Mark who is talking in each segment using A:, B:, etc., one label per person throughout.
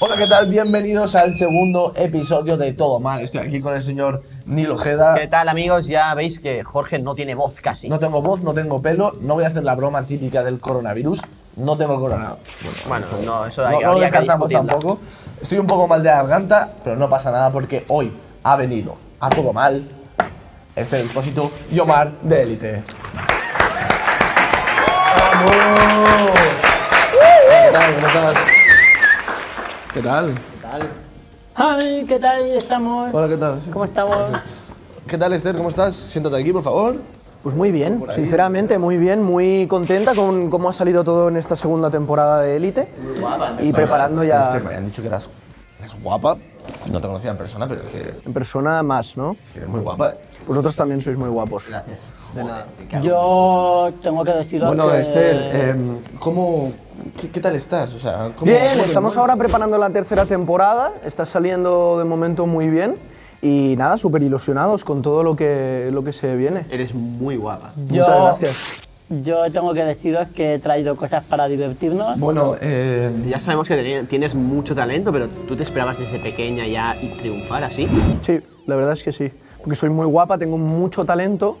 A: Hola, ¿qué tal? Bienvenidos al segundo episodio de Todo Mal. Estoy aquí con el señor Nil Ojeda.
B: ¿Qué tal amigos? Ya veis que Jorge no tiene voz casi.
A: No tengo voz, no tengo pelo, no voy a hacer la broma típica del coronavirus. No tengo coronavirus.
B: bueno, no, eso
A: No,
B: hay,
A: no lo
B: habría que
A: descartamos
B: discutirla.
A: tampoco. Estoy un poco mal de la garganta, pero no pasa nada porque hoy ha venido a Todo Mal este dispositivo Yomar de Élite. ¡Vamos! ¿Qué tal? ¿Cómo estás? ¿Qué tal?
C: Ay, ¿qué tal? Estamos.
A: Hola, ¿qué tal?
C: ¿Cómo estamos?
A: ¿Qué tal, Esther? ¿Cómo estás? Siéntate aquí, por favor.
D: Pues muy bien, sinceramente, muy bien, muy contenta con cómo ha salido todo en esta segunda temporada de Élite. Y preparando
A: Este,
D: ya
A: me han dicho que eras, eres guapa. No te conocía en persona, pero es que
D: en persona más, ¿no?
A: eres muy guapa.
D: Vosotros también sois muy guapos.
C: Yo tengo que deciros
A: Bueno,
C: que
A: Esther, em, ¿cómo, qué, qué tal estás? O sea, ¿cómo- cómo te
D: Bien, estamos
A: encuentras?
D: ahora preparando la tercera temporada, está saliendo de momento muy bien y nada, súper ilusionados con todo lo que, lo que se viene.
B: Eres muy guapa.
C: yo,
D: Muchas gracias.
C: Yo tengo que deciros que he traído cosas para divertirnos.
A: Bueno, em,
B: Ya sabemos que teni- tienes mucho talento, pero tú te esperabas desde pequeña ya y triunfar así.
D: Sí, la verdad es que sí, porque soy muy guapa, tengo mucho talento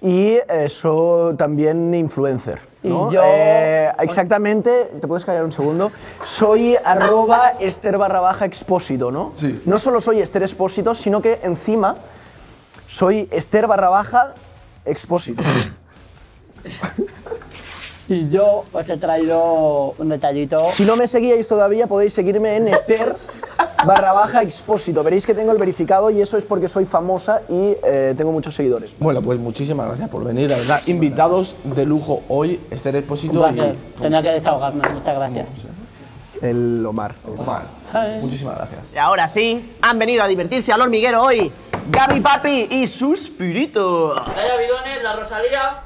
D: y eh, soy también influencer.
C: Y
D: ¿no?
C: yo-
D: Eh, exactamente, te puedes callar un segundo, soy arroba Esther barra baja expósito, ¿no?
A: Sí.
D: No solo soy Esther expósito, sino que encima soy Esther barra baja expósito.
C: Y yo os he traído un detallito.
D: Si no me seguíais todavía, podéis seguirme en Esther barra baja expósito. Veréis que tengo el verificado y eso es porque soy famosa y eh, tengo muchos seguidores.
A: bueno, pues muchísimas gracias por venir, la verdad. Invitados de lujo hoy, Esther
C: Un
A: Exposito
C: placer.
A: y
C: Tenía que desahogarme. Muchas gracias.
D: El Omar.
A: Omar.
C: Ay.
A: Muchísimas gracias.
B: Y ahora sí, han venido a divertirse al hormiguero hoy. Gaby Papi y Suspirito.
C: Vaya bidones, la Rosalía.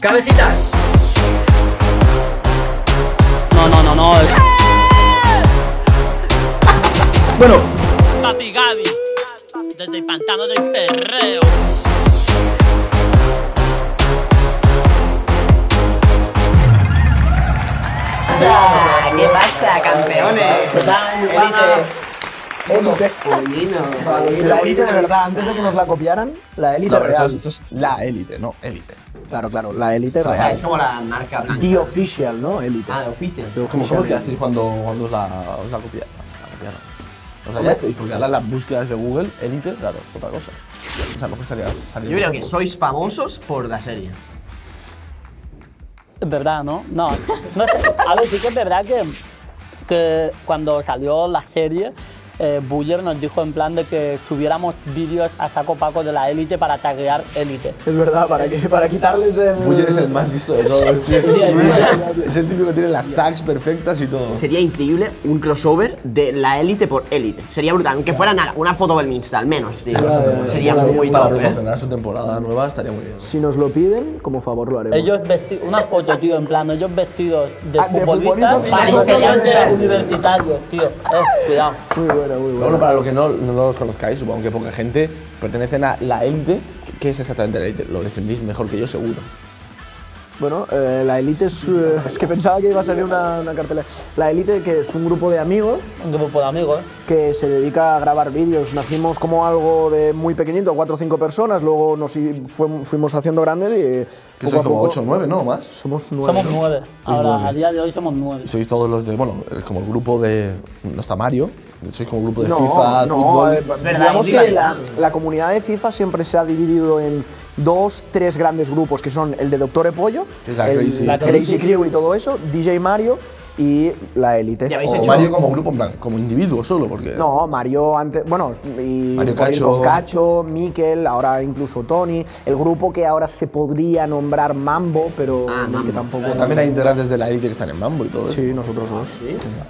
C: Cabecitas. No, no, no, no.
D: Bueno,
E: Papi Gaby, desde el pantano del perreo.
B: Ah, ¿Qué pasa, campeones?
D: élite. La élite de verdad, antes de que nos la copiaran, la élite
A: No, pero esto,
D: real.
A: es, esto es la élite, no élite.
D: Claro, claro, la élite
B: O sea, es
D: real.
B: como la marca blanca.
D: The official, ¿no? Élite.
B: Ah, de oficio.
D: The
A: ¿Cómo,
D: official.
A: cómo quedasteis cuando, cuando os la, os la copia- la copiaron? Os hallasteis, porque ahora las búsquedas de Google, élite, claro, es otra cosa. O sea, me gustaría salir
B: Yo creo que
A: vosotros.
B: sois famosos por la serie.
C: Es verdad, ¿no? No, no sé. A ver, sí que es verdad que, que cuando salió la serie, eh, Buller nos dijo en plan de que subiéramos vídeos a saco paco de la élite para taguear élite.
D: Es verdad, para, que, para quitarles el.
A: Buller es el más listo de todos. sí, es,
C: sí,
A: increíble.
D: sí.
A: Es el típico que tiene las tags perfectas y todo.
B: Sería increíble un crossover de la élite por élite. Sería brutal, aunque fuera nada, una foto del Insta, al menos, tío. Sería
A: Para-
B: muy
A: Para
B: top, ¿eh?
A: promocionar su temporada nueva estaría muy bien.
D: Si nos lo piden, como favor lo haremos.
C: Ellos vestidos, una foto, tío, en plan, ellos vestidos de
D: Ah, de
C: futbolistas
D: futbolistas,
C: para
B: sí,
C: nosotros
B: sí,
C: de
B: sí.
C: universitarios, tío. Eh, cuidado.
D: Muy buena, muy
A: Bueno,
D: buena.
A: para los que no, no los conozcáis, supongo que poca gente, pertenecen a la élite. ¿Qué es exactamente la élite? Lo defendís mejor que yo, seguro.
D: Bueno, eh, la élite es. eh, es que pensaba que iba a salir una, una cartelera. La élite, que es un grupo de amigos
C: Un grupo de amigos. ¿eh?
D: que se dedica a grabar vídeos. Nacimos como algo de muy pequeñito, cuatro o cinco personas, luego nos i- fuem- fuimos haciendo grandes y. eh,
A: Que
D: poco
A: sois
D: a
A: como
D: poco-
A: 8 o 9, ¿no? Más.
D: Somos nueve.
C: Somos nueve.
A: Sois
C: Ahora,
A: nueve.
C: a día de hoy somos nueve.
A: Sois todos los de, bueno, eh, como el grupo de. No está Mario. Sois como el grupo de
D: no,
A: FIFA,
D: no,
A: fútbol.
D: eh,
B: verdad,
D: digamos
B: es verdad.
D: que la, la comunidad de FIFA siempre se ha dividido en dos, tres grandes grupos, que son el de Doctor Pollo,
A: Que es la
D: el
A: Crazy.
C: La Crazy.
D: Crazy Crew y todo eso, DJ Mario y la Elite.
B: Ya habéis
A: o
B: hecho-
A: Mario como grupo, en plan, como individuo solo, porque.
D: No, Mario antes, bueno, y
A: Mario
D: por ir
A: Cacho.
D: con Cacho, Miquel, ahora incluso Tony, el grupo que ahora se podría nombrar Mambo, pero
B: Ah,
D: que
B: Mambo,
D: tampoco.
A: Pero También hay integrantes de la élite que están en Mambo y todo. eso.
D: Sí, nosotros dos.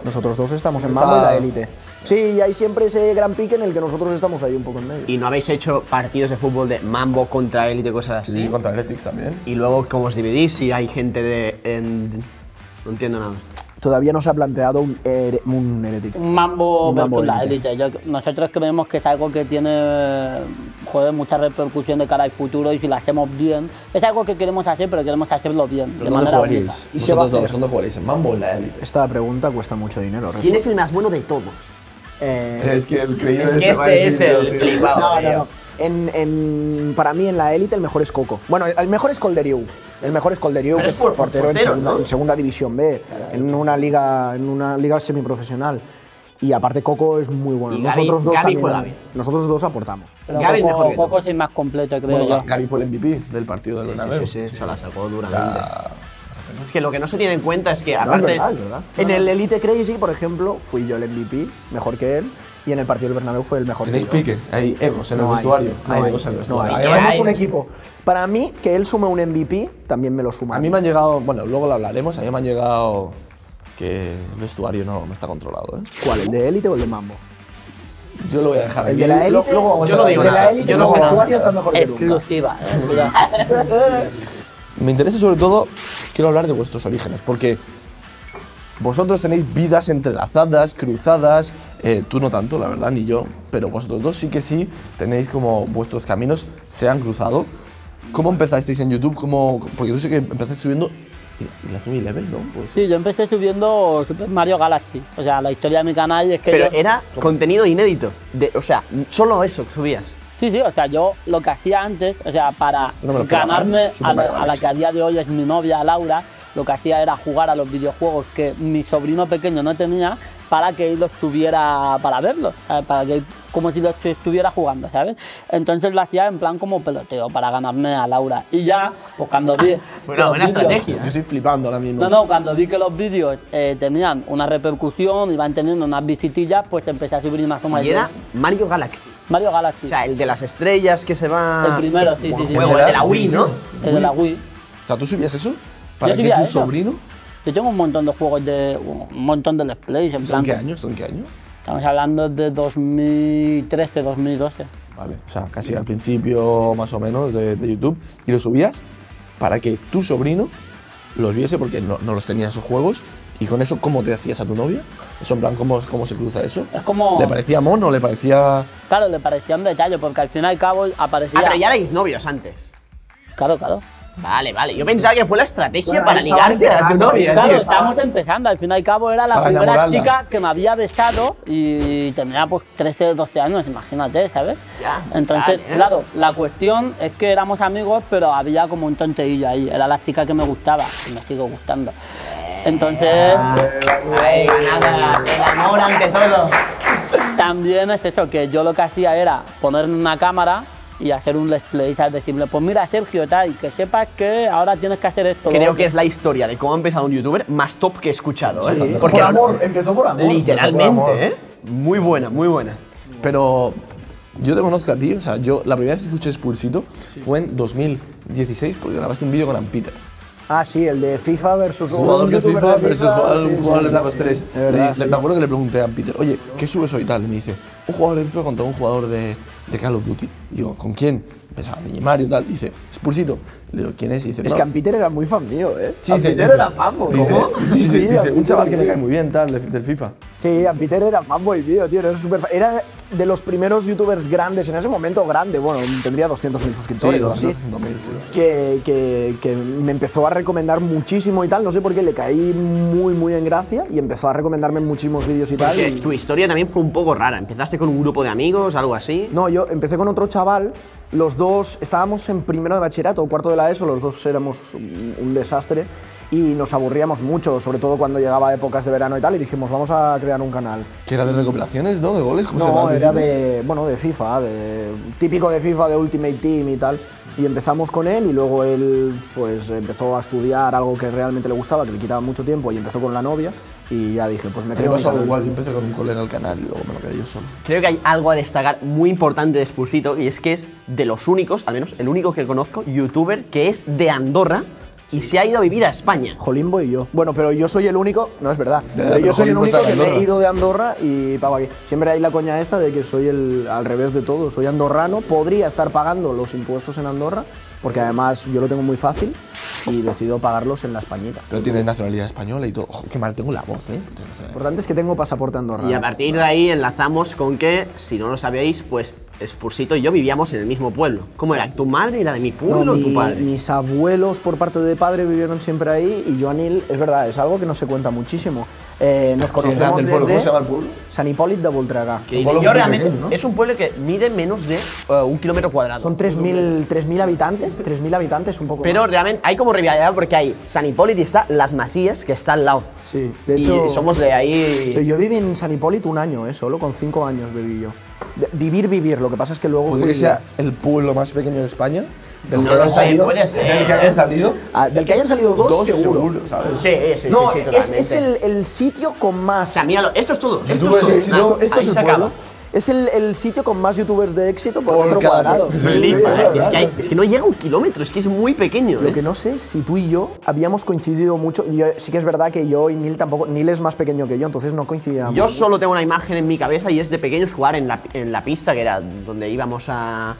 D: Nosotros dos estamos en
A: Está-
D: Mambo y la Elite. Sí, y hay siempre ese gran pique en el que nosotros estamos ahí un poco en medio.
B: Y no habéis hecho partidos de fútbol de mambo contra élite, cosas así.
A: Y contra Athletics también.
B: Y luego, ¿cómo os dividís si hay gente de. en- No entiendo nada.
D: todavía no se ha planteado un, here- un Heretic.
B: Mm.
C: Un mambo,
D: Un mambo
C: versus la
D: élite.
C: élite. Yo- Nosotros creemos que es algo que tiene eh, joder, mucha repercusión de cara al futuro y si lo hacemos bien, es algo que queremos hacer, pero queremos hacerlo bien, de
A: ¿Pero dónde
C: manera
A: jugaríais?
C: bonita.
D: Y se va a
A: Vosotros dos,
D: hacer.
A: ¿Dónde jugaríais? ¿En Mambo o en la élite?
D: Esta pregunta cuesta mucho dinero.
B: ¿Quién
D: responde.
B: es el más bueno de todos?
D: Eh,
A: Es que el creíble
B: Es que
A: está
B: este es
A: difícil,
B: el
A: tío.
B: flipado.
D: no, no,
B: tío.
D: no. En, en- para mí en la élite el mejor es Coco. Bueno, el mejor es Colderiu. El mejor es Colderiu,
B: Pero
D: que
B: es
D: es
B: por-
D: portero,
B: por
D: en,
B: portero,
D: segunda,
B: ¿no?
D: en segunda división B, en una liga, en una liga semiprofesional. Y aparte Coco es muy bueno.
B: Y Gavi-
D: Nosotros dos
B: Gavi
D: también.
B: juega bien.
D: Nosotros dos aportamos.
C: Pero
B: Gavi es mejor
C: Coco,
B: que todo.
C: Coco es el más completo, creo
A: Bueno,
C: yo.
A: Gary fue el MVP del partido del Bernabéu.
B: Se la sacó
A: O
B: duramente.
A: sea,
B: Es que lo que no se tiene en cuenta es que,
D: No, es
B: aparte.
D: verdad, es verdad. En el Elite Crazy, por ejemplo, fui yo el MVP, mejor que él. Y en el partido del Bernabéu fue el mejor que
A: Tenéis
D: yo.
A: pique, hay egos en el
D: No hay,
A: vestuario.
D: no
A: hay
D: hay,
A: egos en el
D: no
A: vestuario.
D: hay.
A: Además,
D: Somos
B: hay.
D: un equipo. Para mí, que él sume un MVP, también me lo suma.
A: A mí me han llegado, bueno, luego lo hablaremos, a mí me han llegado que el vestuario no, no está controlado. ¿eh?
D: ¿Cuál? ¿El de élite o el de mambo?
A: Yo lo voy a dejar
D: El
A: aquí.
D: de la
A: Lo-
D: élite.
A: Luego vamos
B: yo
A: a
B: no
A: hablar
B: digo
A: de
B: nada.
A: eso.
B: Yo no sé
D: el
B: nada.
D: vestuario está mejor que nunca.
C: Exclusiva. eh, cuidado.
A: Me interesa sobre todo, quiero hablar de vuestros orígenes, porque vosotros tenéis vidas entrelazadas, cruzadas, eh, tú no tanto, la verdad, ni yo, pero vosotros dos sí que sí tenéis como vuestros caminos se han cruzado. ¿Cómo empezasteis en YouTube? ¿Cómo, porque yo sé que empezasteis subiendo la Zoom 11, ¿no? Pues,
C: Sí, yo empecé subiendo Super Mario Galaxy. O sea, la historia de mi canal es que
B: Pero
C: yo-
B: era contenido inédito. de- o sea, solo eso subías.
C: Sí, sí, o sea, yo lo que hacía antes, o sea, para
A: no me lo esperaba, ¿eh?
C: ganarme a,
A: Super
C: la-
A: Mario
C: a la
A: Galaxy.
C: que a día de hoy es mi novia, Laura, lo que hacía era jugar a los videojuegos que mi sobrino pequeño no tenía para que él los tuviera, para verlos, ¿sabes? para que él- como si lo estu- estuviera jugando, ¿sabes? Entonces lo hacía en plan como peloteo, para ganarme a Laura. Y ya, pues cuando vi... que
B: Bueno,
C: los
B: buena
C: vídeos-
B: estrategia.
A: yo estoy flipando ahora mismo.
C: no, no, cuando vi que los vídeos eh, tenían una repercusión, iban teniendo unas visitillas, pues empecé a subir más o menos.
B: Y era Mario Galaxy.
C: Mario Galaxy.
B: O sea, el de las estrellas que se va.
C: El primero, sí, sí, sí.
B: Juego, ¿eh? el de la Wii, ¿no?
C: el de la Wii.
A: O sea, ¿tú subías eso? ¿Para que
C: subía
A: tu
C: eso.
A: sobrino?
C: Yo tengo un montón de juegos de. un montón de let's plays, en
A: ¿Son
C: plan.
A: qué años? ¿Son qué años?
C: Estamos hablando de 2013, 2012.
A: Vale, o sea, casi al principio más o menos de, de YouTube. Y lo subías para que tu sobrino los viese porque no, no los tenía esos juegos. Y con eso, ¿cómo te hacías a tu novia? Eso en plan, ¿cómo, cómo se cruza eso?
C: Es como.
A: ¿Le parecía mono? ¿Le parecía...?
C: Claro, le parecía un detalle, porque al fin y al cabo aparecía.
B: Ah, pero ya erais novios antes.
C: Claro, claro.
B: Vale, vale. Yo pensaba que fue la estrategia
D: Bueno,
B: para
D: ahí estaba
B: ligarte a tu
D: empezando,
B: novia.
C: Claro,
B: tío.
C: estamos empezando. Al fin y al cabo era la
A: Para
C: primera
A: enamorarla.
C: chica que me había besado y tenía pues 13, 12 años, imagínate, ¿sabes?
B: Ya,
C: Entonces,
B: vale, ¿eh?
C: claro, la cuestión es que éramos amigos, pero había como un tonteillo ahí. Era la chica que me gustaba y me sigo gustando. Entonces,
B: Ahí, ganada, el amor ante todo.
C: también es eso, que yo lo que hacía era ponerme una cámara y hacer un let's play, ¿sabes? Decirle, pues mira, Sergio, tal, que sepas que ahora tienes que hacer esto. lo
B: Creo
C: otro".
B: que es la historia de cómo ha empezado un youtuber más top que he escuchado. ¿eh?
D: Sí,
B: Porque
D: por amor, empezó por amor.
B: Literalmente, ¿eh? Muy buena, muy buena.
A: Pero yo te conozco a ti, o sea, yo la primera vez que escuché Expulsito fue en 2016 porque grabaste un vídeo con Ampiter.
D: Ah, sí, el de FIFA versus
A: Jugador
D: un
A: de
D: youtuber
A: FIFA
D: de
A: versus jugador
D: sí, sí,
A: jugador de
D: sí,
A: Black
D: sí.
A: 3.
D: Es verdad, sí.
A: Me acuerdo que le pregunté a Peter, oye, ¿qué subes hoy tal? Y me dice, un jugador de FIFA contra un jugador de, de Call of Duty. Digo, ¿con quién? Pensaba, Niño Mario tal. Dice, Spursito. Le digo, ¿quién es? Y dice,
D: Es
A: "No".
D: que Ampiter era muy fan mío, ¿eh?
A: Sí, dice,
D: Ampiter
A: dice,
D: era fanboy.
A: dice,
D: ¿cómo?
A: dice,
D: Sí,
A: dice, un
D: Ampiter
A: chaval que
D: era
A: me cae muy bien tal, de- del FIFA.
D: Sí, Ampiter era fanboy mío, tío. Era, súper fan. era de los primeros youtubers grandes, en ese momento grande, bueno, tendría 200.000 suscriptores o así.
A: 200.000, sí.
D: que, que- que me empezó a recomendar muchísimo y tal, no sé por qué, le caí muy, muy en gracia y empezó a recomendarme muchísimos vídeos y tal.
B: Porque
D: y-
B: tu historia también fue un poco rara. Empezaste con un grupo de amigos, algo así.
D: No, yo empecé con otro chaval, los dos estábamos en primero de bachillerato, cuarto de la ESO, los dos éramos un, un desastre y nos aburríamos mucho, sobre todo cuando llegaba épocas de verano y tal, y dijimos, vamos a crear un canal.
A: Que era de recopilaciones, ¿no? De goles. ¿cómo se
D: No,
A: llamaba al
D: era
A: principio?
D: de, bueno, de FIFA, de, típico de FIFA, de Ultimate Team y tal. Y empezamos con él y luego él pues empezó a estudiar algo que realmente le gustaba, que le quitaba mucho tiempo y empezó con la novia y ya dije, pues me
A: A mí me
D: creo
A: pasó algo
D: mi canal.
A: igual, yo empecé con un colega al canal y luego me lo quedé yo solo.
B: Creo que hay algo a destacar muy importante de Spursito y es que es de los únicos, al menos el único que conozco, youtuber que es de Andorra y se ha ido a vivir a España.
D: Jolimbo y yo. Bueno, pero yo soy el único, no es verdad, pero
A: pero
D: yo soy el
A: Jolimbo
D: único
A: está
D: que
A: en
D: me he
A: Andorra.
D: ido de Andorra y pago aquí. Siempre hay la coña esta de que soy el al revés de todo, soy andorrano, podría estar pagando los impuestos en Andorra, porque además yo lo tengo muy fácil, y decido pagarlos en la españita.
A: Pero tienes nacionalidad española y todo. Ojo, qué mal tengo la voz, ¿eh? Tengo
D: Lo
A: nacionalidad.
D: importante es que tengo pasaporte andorrano.
B: Y a partir de ahí enlazamos con que, si no lo sabíais, pues Spursito y yo vivíamos en el mismo pueblo. ¿Cómo era? ¿Tu madre y la de mi pueblo
D: No,
B: o tu
D: mi-
B: padre?
D: Mis abuelos por parte de padre vivieron siempre ahí y yo a Nil, es verdad, es algo que no se cuenta muchísimo. Eh, nos conocemos
A: grande el pueblo.
D: desde
A: ¿Cómo se llama el pueblo?
D: San Hipólito de Voltregà.
B: Que
A: un pueblo
B: yo
A: muy
B: realmente.
A: pequeño, ¿no?
B: Es un pueblo que mide menos de eh, un kilómetro cuadrado.
D: Son 3.000 3.000 habitantes, 3.000 habitantes, un poco
B: Pero
D: más.
B: realmente hay como rivalidad porque hay San Hipólito y está Las Masías, que está al lado.
D: Sí, de
B: y
D: hecho-
B: somos de ahí.
D: Pero yo viví en San Hipólito un año, eh, solo con 5 años viví yo. De- Vivir, vivir, lo que pasa es que luego...
A: ¿Podría
D: fui-
A: que sea el pueblo más pequeño de España? ¿Del
B: No
A: que
B: lo
A: han
B: sé,
A: salido?
B: puede ser.
A: ¿Del que hayan salido?
D: Ah, del que hayan salido dos,
A: Dos
D: seguro.
A: seguro, ¿sabes?
B: Sí, sí, sí,
D: No,
B: sí,
D: es,
B: totalmente.
D: es el, el sitio con más...
B: O sea, míralo, esto es todo. Esto
A: Youtubers
B: es todo.
A: de éxito,
B: Esto-
D: esto
B: ahí
D: es el
B: se acaba.
D: pueblo. Es el, el sitio con más youtubers de éxito por,
A: Por
D: metro
A: cada-
D: cuadrado.
A: Sí,
B: Flipa,
A: sí,
B: eh.
A: sí,
B: es, que
A: sí.
B: hay- es que no llega a un kilómetro, es que es muy pequeño.
D: Lo
B: eh.
D: que no sé es si tú y yo habíamos coincidido mucho. Yo, sí que es verdad que yo y Neil tampoco. Neil es más pequeño que yo, entonces no coincidíamos.
B: Yo solo tengo una imagen en mi cabeza y es de pequeños jugar en la, en la pista, que era donde íbamos a.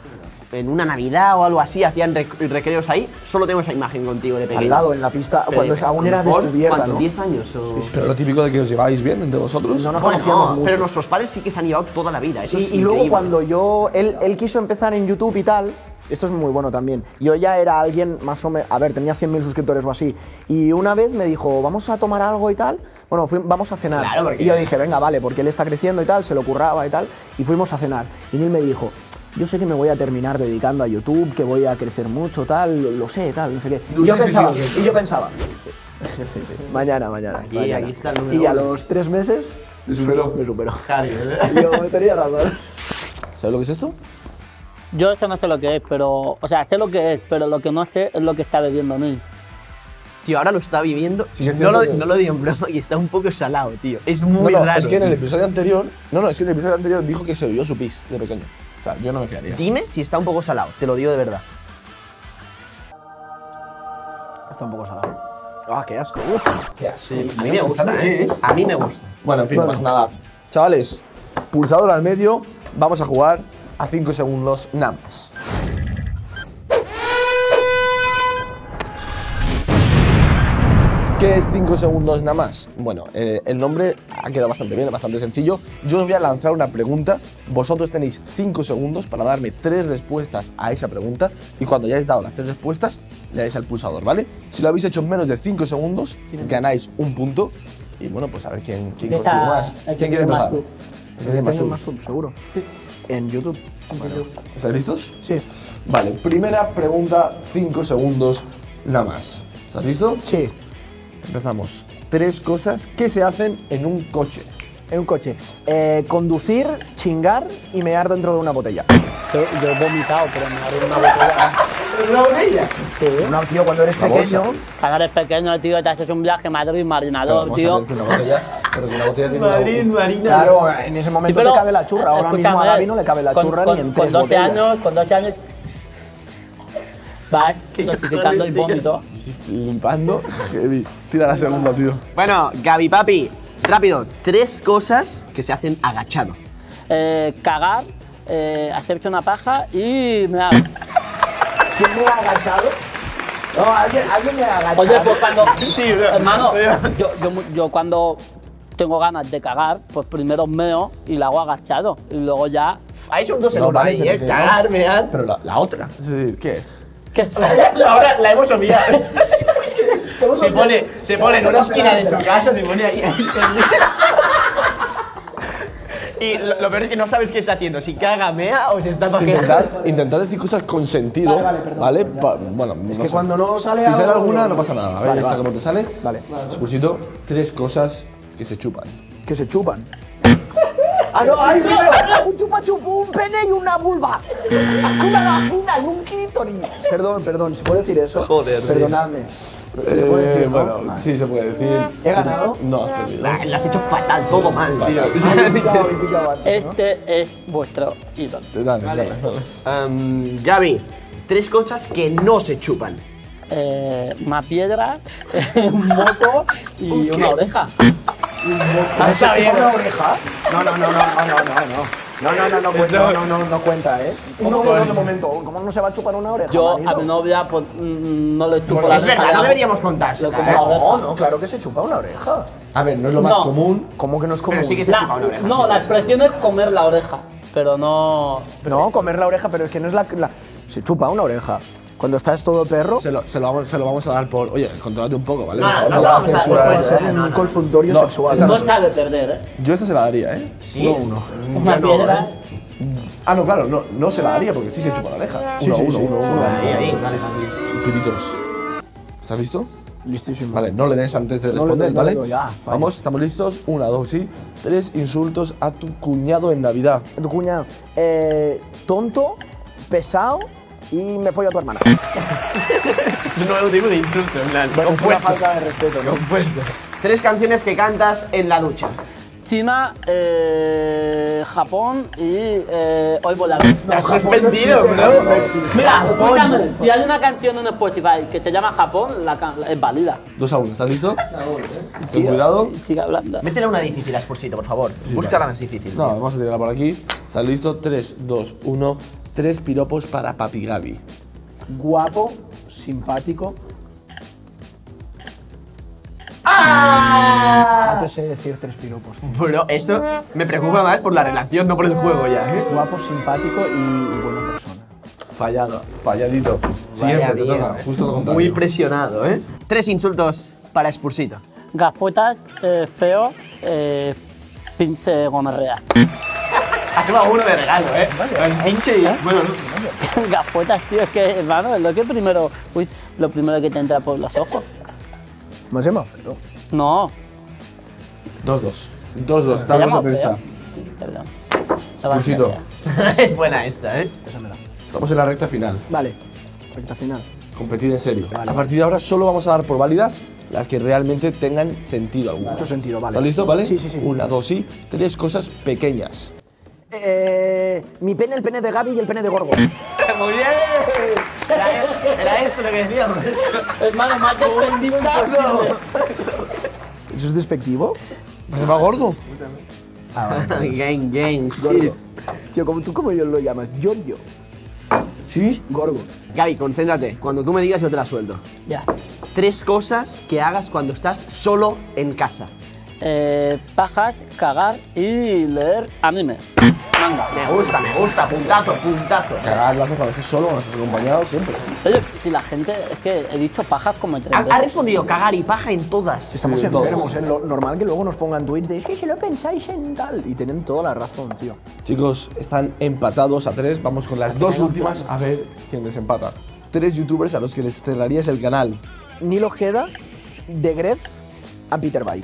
B: En una Navidad o algo así, hacían rec- recreos ahí. Solo tengo esa imagen contigo de pequeño.
D: al lado, en la pista,
B: Pero
D: cuando
B: de-
D: aún
B: a lo
D: era
B: mejor,
D: descubierta,
B: ¿cuánto,
D: ¿no?
B: 10 años o.
A: Pero lo típico de que os lleváis bien entre vosotros.
D: No nos
B: Bueno,
D: conocíamos mucho.
B: Pero nuestros padres sí que se han llevado toda la vida. Eso
D: Sí,
B: es
D: y luego
B: increíble.
D: cuando yo. Él, él quiso empezar en YouTube y tal. Esto es muy bueno también. Yo ya era alguien más o menos. A ver, tenía 100.000 suscriptores o así. Y una vez me dijo, vamos a tomar algo y tal. Bueno, fui- vamos a cenar.
B: Claro, porque-
D: Y yo dije, venga, vale, porque él está creciendo y tal, se lo curraba y tal. Y fuimos a cenar. Y Neil me dijo, yo sé que me voy a terminar dedicando a YouTube, que voy a crecer mucho, tal, lo, lo sé, tal, no sé qué. Y yo pensaba, y yo pensaba. Mañana, mañana.
B: Aquí-
D: mañana.
B: aquí está el número
D: y a
B: uno.
D: los tres meses
A: Te superó.
D: me superó.
B: Claro, ¿eh?
D: Yo tenía razón.
A: ¿Sabes lo que es esto?
C: Yo eso no sé lo que es, pero. O sea, sé lo que es, pero lo que no sé es lo que está bebiendo Neil.
B: Tío, ahora lo está viviendo.
A: Sí, es
B: no,
A: cierto
B: lo,
A: que-
B: no lo digo en broma y está un poco salado, tío. Es muy
A: no, no,
B: raro.
A: Es que en el episodio anterior. No, no, es que en el episodio anterior dijo que se bebió su pis de pequeño. O sea, yo no me fiaría.
B: Dime si está un poco salado, te lo digo de verdad.
D: Está un poco salado. Ah, qué asco.
B: A mí me gusta, ¿eh? A mí me gusta.
A: Ah, Bueno, en fin, no pasa nada. Chavales, pulsador al medio, vamos a jugar a 5 segundos nada más. ¿Qué es 5 segundos nada más? Bueno, eh, el nombre ha quedado bastante bien, es bastante sencillo. Yo os voy a lanzar una pregunta. Vosotros tenéis 5 segundos para darme 3 respuestas a esa pregunta. Y cuando ya hayáis dado las 3 respuestas, le dais al pulsador, ¿vale? Si lo habéis hecho en menos de 5 segundos, ganáis un punto. Y bueno, pues a ver quién, quién
C: Empieza-
A: consigue más.
C: el que
A: ¿Quién quiere
C: tiene más
A: empezar?
C: sub.
A: El que tiene más
D: Tengo
A: sub.
D: más sub, seguro. Sí. En YouTube.
A: ¿Estáis listos?
D: Sí.
A: Vale, primera pregunta, 5 segundos nada más. ¿Estás listo?
D: Sí.
A: Empezamos. Tres cosas que se hacen en un coche.
D: En un coche. Eh, conducir, chingar y mear dentro de una botella.
C: Yo, yo he vomitado, pero me abrí una botella.
D: ¿Una botella? Sí. No, tío, cuando eres
A: Una
D: pequeño.
A: bolsa.
C: Cuando eres pequeño, tío, te haces un viaje
A: Pero
C: Madrid-Marinador,
A: vamos a
C: tío.
A: ver que una botella, pero que una botella tiene una-
D: Claro, en ese
C: Sí,
D: momento
C: pero-
D: le cabe la churra. Ahora mismo a
C: escúchame,
D: David no le cabe la
C: con-
D: churra
C: con-
D: ni en
C: Con
D: tres
C: 12
D: botellas.
C: años, con 12 años. Vas dosificando el vómito.
A: Estoy Limpando. Heavy. Tira la segunda, tío.
B: Bueno, Gaby Papi, rápido, tres cosas que se hacen agachado.
C: Eh, cagar, eh, hacerse una paja y me hago.
D: ¿Quién me ha agachado? No, alguien, alguien me ha agachado.
C: Oye, pues cuando. hermano, yo, yo mu- yo cuando tengo ganas de cagar, pues primero meo y la hago agachado. Y luego ya.
B: Ha hecho un dos en uno ahí,
A: Normalmente te-
B: ¿eh? Cagar, mear.
A: Pero la, la otra. Sí, ¿Qué?
C: ¿Qué
B: Ahora la hemos olvidado. se pone, se pone en una esquina de su casa, se pone ahí. y lo, lo peor es que no sabes qué está haciendo, si caga, mea o se está pajeando.
A: Intentad, intentad decir cosas con sentido. Vale, Pa- bueno,
D: Es que cuando no sale
A: Si
D: algo-
A: sale alguna, no pasa nada. A ver,
D: Vale,
A: esta
D: vale.
A: como te sale.
D: Vale.
A: Expulsito, tres cosas que se chupan.
D: Que se chupan. ¡Ah, no! ¡Ay, mira! Un chupa chupú, un pene y una vulva. Una vagina y un clítoris. Perdón, perdón, ¿se puede decir eso?
B: Joder, tío.
D: Perdonadme. Se puede
A: Eh,
D: decir, ¿no?
A: Bueno, sí, se puede decir.
D: ¿He ganado?
A: No, has perdido.
B: Ah, Lo has hecho fatal, todo mal, tío.
D: Ah, he picado, he picado antes, ¿no?
C: Este es vuestro ídolo.
A: Dale, dale, dale.
B: Um, Gaby, tres cosas que no se chupan.
C: Eh, una piedra, un moco y una oreja.
A: Ah,
D: ¿Se chupa una oreja? No, no, no, no, no, no, no. No, no, no, no cuenta, no, no, no, no cuenta, ¿eh? Uno
C: ¿Cómo
D: de momento, ¿cómo no se va a chupar una oreja?
C: Yo a
D: marido?
C: mi novia pues, mm, no le chupo la
B: es
C: oreja,
B: verdad,
C: ya.
B: no deberíamos contársela,
C: Le como
B: ¿eh?
C: la oreja.
D: Oh, No, no, claro que se chupa una oreja.
A: A ver, no es lo más
C: No.
A: común.
D: ¿Cómo que no es común?
B: sí que se-
C: La-
B: chupa una oreja,
C: no, la expresión es comer la oreja, pero no.
D: No, comer la oreja, pero es que no es la, la- Se chupa una oreja. Cuando estás todo perro,
A: Se lo, se lo vamos, se lo vamos a dar por. Oye, controlate un poco, ¿vale?
B: No,
A: Por favor, no
B: no se
A: va a
B: vamos
A: hacer
B: a-
D: esto va a
A: suerte.
D: ser un consultorio
A: No,
D: sexual.
A: esta
C: No sabe perder, ¿eh?
A: Yo esta se la daría, ¿eh?
B: Sí. Uno,
C: Una
B: ¿eh?
C: piedra.
A: Ah, no, claro, no, no se la daría porque sí se chupa la oreja. Uno, uno, uno, uno.
B: Ahí, ahí, dale, dale.
A: Piritos. ¿Estás listo?
D: Listísimo.
A: Vale, no le des antes de
D: No le
A: responder,
D: doy, no
A: ¿vale?
D: le doy, ya, vale.
A: Vamos, estamos listos. Una, dos y tres insultos a tu cuñado en Navidad.
D: Tu cuñado, eh, tonto, pesado y me follo a tu hermana.
B: Nuevo tipo de insulto, en plan.
D: Bueno, es una falta de respeto, ¿no?
B: Tres canciones que cantas en la ducha.
C: China, eh, Japón y eh, hoy volador.
B: Te has suspendido,
D: Japón no
B: bro.
D: existe.
C: Mira, escúchame, si hay una canción en Spotify que se llama Japón, la, can- la- es válida.
A: Dos a uno, ¿estás listo? Ten cuidado.
C: Sigue hablando.
B: Métele una difícil a Spursito, por favor. Búscala más difícil.
A: No, vamos a tirarla por aquí. ¿Estás listo? Tres, dos, uno. Tres piropos para Papi Gaby.
D: Guapo, simpático. ¡Ah! te sé decir tres piropos. tío.
B: Bro, eso me preocupa más por la relación, no por el juego ya, ¿eh?
D: Guapo, simpático y buena persona.
A: Fallado. Falladito.
B: Vaya
A: Siguiente, te
B: día,
A: toca.
B: eh.
A: Justo lo contrario.
B: Muy presionado, ¿eh? Tres insultos para Spursito.
C: Gafotas, eh, feo, eh, pinche gonorrea.
B: Has llevado uno de regalo, ¿eh? Pinche y- Bueno,
C: Gafotas, tío, es que, hermano, es lo que primero, uy, lo primero que te entra por los ojos.
D: Más llama feo.
C: No,
A: Dos, dos. Dos, dos.
C: te
A: Estamos
C: llama
A: a pensar.
C: feo. Perdón.
A: Spursito.
B: es buena esta, ¿eh?
A: Estamos en la recta final.
D: Vale, recta final.
A: Competir en serio. A partir de ahora solo vamos a dar por válidas las que realmente tengan sentido alguno.
D: Mucho sentido, vale.
A: ¿Estás listo? ¿Vale?
D: Sí, sí, sí.
A: Una, dos y tres cosas pequeñas.
D: Eh, mi pene, el pene de Gaby y el pene de Gorgo.
B: Muy bien. Era, e-, era esto lo que decíamos.
C: Hermano, más defendido imposible.
D: ¿Eso es despectivo?
A: ¿Se va gordo?
B: Gang, gang, shit.
D: Gorgo. Tío, ¿cómo- ¿tú cómo yo lo llamas? Giorgio.
A: Sí.
D: Gorgo.
B: Gaby, concéntrate. Cuando tú me digas, yo te la suelto.
C: Ya.
B: Tres cosas que hagas cuando estás solo en casa.
C: Eh, pajas, cagar y leer anime. Manga.
B: Me gusta, me gusta. Puntazo, puntazo.
A: Cagar lo haces cuando estés solo, cuando estés acompañado, siempre.
C: Oye, si la gente, es que he dicho pajas como
B: Ha,
C: tres
B: ha
C: veces.
B: respondido cagar y paja en todas.
D: Estamos
A: Sí, todos.
D: enfermos, ¿eh? Lo- normal que luego nos pongan tweets de es que si lo pensáis en tal. Y tienen toda la razón, tío.
A: Chicos, están empatados a tres. Vamos con las dos últimas a ver quién les empata. Tres youtubers a los que les cerrarías el canal.
D: Nilo Ojeda, De Gref, a Peter Bay.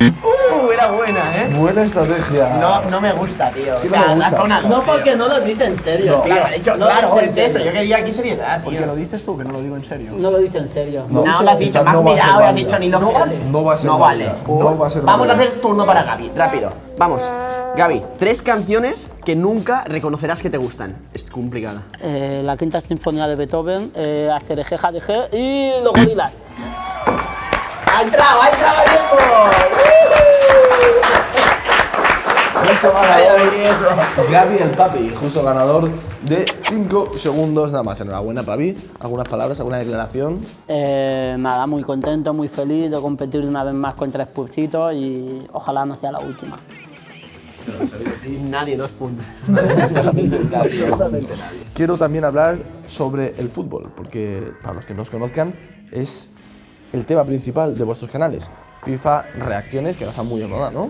B: Uh, era buena, ¿eh?
A: Buena estrategia.
B: No, no me gusta, tío.
A: Sí, no me gusta.
C: No, porque no lo dice en serio, tío.
B: Claro, yo-
C: No lo
B: claro,
C: dice en
B: es eso.
C: serio.
B: Yo quería aquí seriedad, tío.
D: ¿Qué lo dices tú? Que no lo digo en serio.
C: No lo dice en serio.
A: No,
B: No, lo has dicho,
A: esta
B: me has
A: no va a ser
B: mirado y has
A: válida.
B: dicho ni lo
A: No
B: que-
A: vale. No va a ser
B: No vale.
A: válida. No va a ser
B: Vamos a
A: válida.
B: hacer turno para Gaby, rápido. Vamos. Gaby, tres canciones que nunca reconocerás que te gustan. Es complicada.
C: Eh, la quinta sinfonía de Beethoven, eh, HRG, JDG y los gorilas.
B: ¡Ha entrado, ha entrado a tiempo!
A: Justo
B: Vaya
A: ganador.
B: bien.
A: Gaby el Papi, justo ganador de 5 segundos nada más. Enhorabuena, Papi. ¿Algunas palabras, alguna declaración?
C: Eh, nada, muy contento, muy feliz de competir una vez más contra Spursito y ojalá no sea la última.
B: Nadie, dos puntos.
A: Quiero también hablar sobre el fútbol, porque para los que no os conozcan, es el tema principal de vuestros canales. FIFA, reacciones, que ahora están muy de moda, ¿no?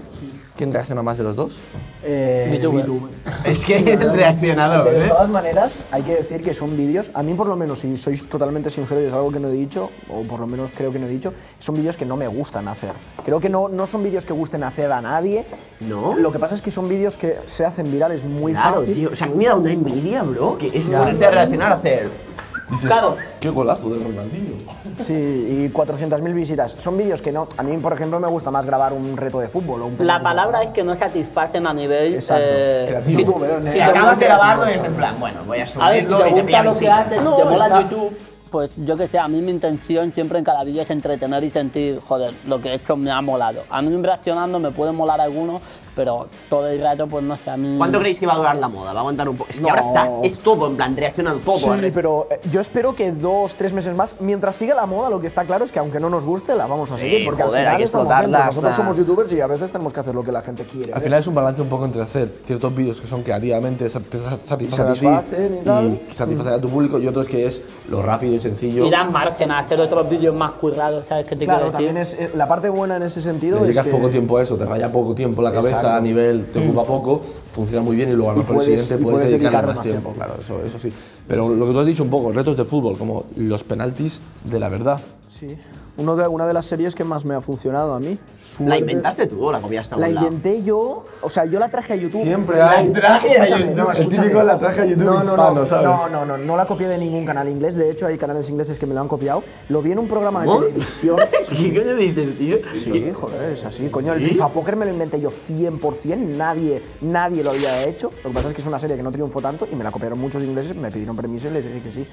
A: ¿Quién reacciona más de los dos?
D: Eh,
C: VTuber.
D: VTuber.
B: Es que es reaccionador,
D: De
B: ¿eh?
D: todas maneras, hay que decir que son vídeos, a mí por lo menos, si sois totalmente sincero y es algo que no he dicho, o por lo menos creo que no he dicho, son vídeos que no me gustan hacer. Creo que no, no son vídeos que gusten hacer a nadie.
B: No.
D: Lo que pasa es que son vídeos que se hacen virales muy
B: Claro,
D: fácil.
B: tío. O sea, me da una envidia, bro. Que es ponerte a reaccionar a hacer.
A: Dices,
C: Claro.
A: qué golazo de Ronaldinho.
D: Sí, y 400.000 visitas. Son vídeos que no. A mí, por ejemplo, me gusta más grabar un reto de fútbol o un
C: La palabra es que no satisfacen a nivel... eh,
A: Creativo.
D: youtuber,
B: Si
D: eh,
B: acabas de
D: youtuber,
B: grabarlo,
D: ¿sabes?
B: es en plan, bueno, voy a
C: A ver,
B: subirlo y
C: si te
B: te
C: gusta
B: pilla
C: lo que
B: visitas.
C: haces, te mola YouTube, pues yo que sé, a mí mi intención siempre en cada vídeo es entretener y sentir, joder, lo que he hecho me ha molado. A mí reaccionando me puede molar alguno, pero todo el rato, pues no sé, a mí.
B: ¿Cuánto creéis que va a durar la moda? Va a aguantar un poco. Es que
D: No.
B: ahora está, es todo, en plan, reaccionan todo.
D: Sí,
B: a re-
D: pero eh, yo espero que dos, tres meses más, mientras siga la moda, lo que está claro es que aunque no nos guste, la vamos a
B: Sí,
D: seguir, porque
B: joder,
D: al
B: hay
D: final
B: que
D: estamos
B: explotarla
D: dentro. Nosotros
B: hasta-
D: somos youtubers y a veces tenemos que hacer lo que la gente quiere.
A: Al
D: ¿eh?
A: final es un balance un poco entre hacer ciertos vídeos que son creativamente sat- te sa- satisfacen, a ti
D: Satisfacen y tal.
A: y satisfacen a tu público y otros que es lo rápido y sencillo.
C: Y dan margen a hacer otros vídeos más currados, ¿sabes qué te
D: Claro,
C: quiero decir?
D: también es, eh, la parte buena en ese sentido
A: Le
D: es
A: dedicas
D: que
A: poco tiempo a eso, te raya poco tiempo la cabeza
D: Exacto. Mm.
A: a nivel, te ocupa poco, funciona muy bien y luego a lo
D: Y
A: mejor
D: puedes-
A: el siguiente
D: y
A: puedes,
D: puedes
A: dedicarle
D: dedicar
A: más
D: más
A: tiempo, claro, eso, eso sí. Pero lo que tú has dicho un poco, retos de fútbol, como los penaltis de la verdad.
D: Sí. Uno de, una de las series que más me ha funcionado a mí.
B: ¿La
D: Suerte.
B: inventaste tú o la copiaste a un
D: La
B: lado?
D: inventé yo, o sea, yo la traje a YouTube.
A: Siempre hay
D: La-
A: traje a
D: Escúchame,
A: YouTube.
D: no,
A: El
D: escúchame.
A: típico la traje a YouTube
D: no, no,
A: hispano,
D: no,
A: ¿sabes?
D: No, no, no, no la copié de ningún canal inglés. De hecho, hay canales ingleses que me lo han copiado. Lo vi en un programa de
B: ¿Cómo?
D: televisión.
B: ¿Qué coño dices, tío?
D: Sí, joder, es así, coño. El FIFA Poker me lo inventé yo 100%, nadie, nadie lo había hecho. Lo que pasa es que es una serie que no triunfó tanto y me la copiaron muchos ingleses, me pidieron permiso y les dije que sí.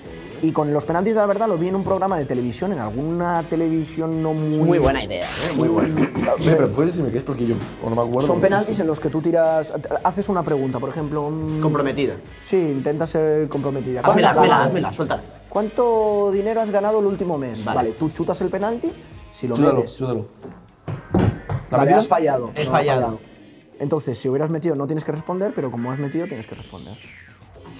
D: Y con los penaltis de la verdad lo vi en un programa de televisión, en alguna televisión no muy...
B: Muy buena idea, ¿eh? muy buena.
A: Oye, pero puedes decirme qué es porque yo o no me acuerdo.
D: Son penaltis en los que tú tiras, haces una pregunta, por ejemplo... mm,
B: Comprometida.
D: Sí, intenta ser comprometida.
B: Házmela,
D: ¿Cuánto-
B: házmela, házmela, suéltala.
D: ¿Cuánto dinero has ganado el último mes?
B: Vale.
D: Vale, tú chutas el penalti, si lo
A: Chúdalo,
D: metes...
A: chúdalo. ¿La
D: Vale,
A: metidas?
D: has fallado.
B: He
D: No,
B: fallado.
D: Entonces, si hubieras metido, no tienes que responder, pero como has metido, tienes que responder.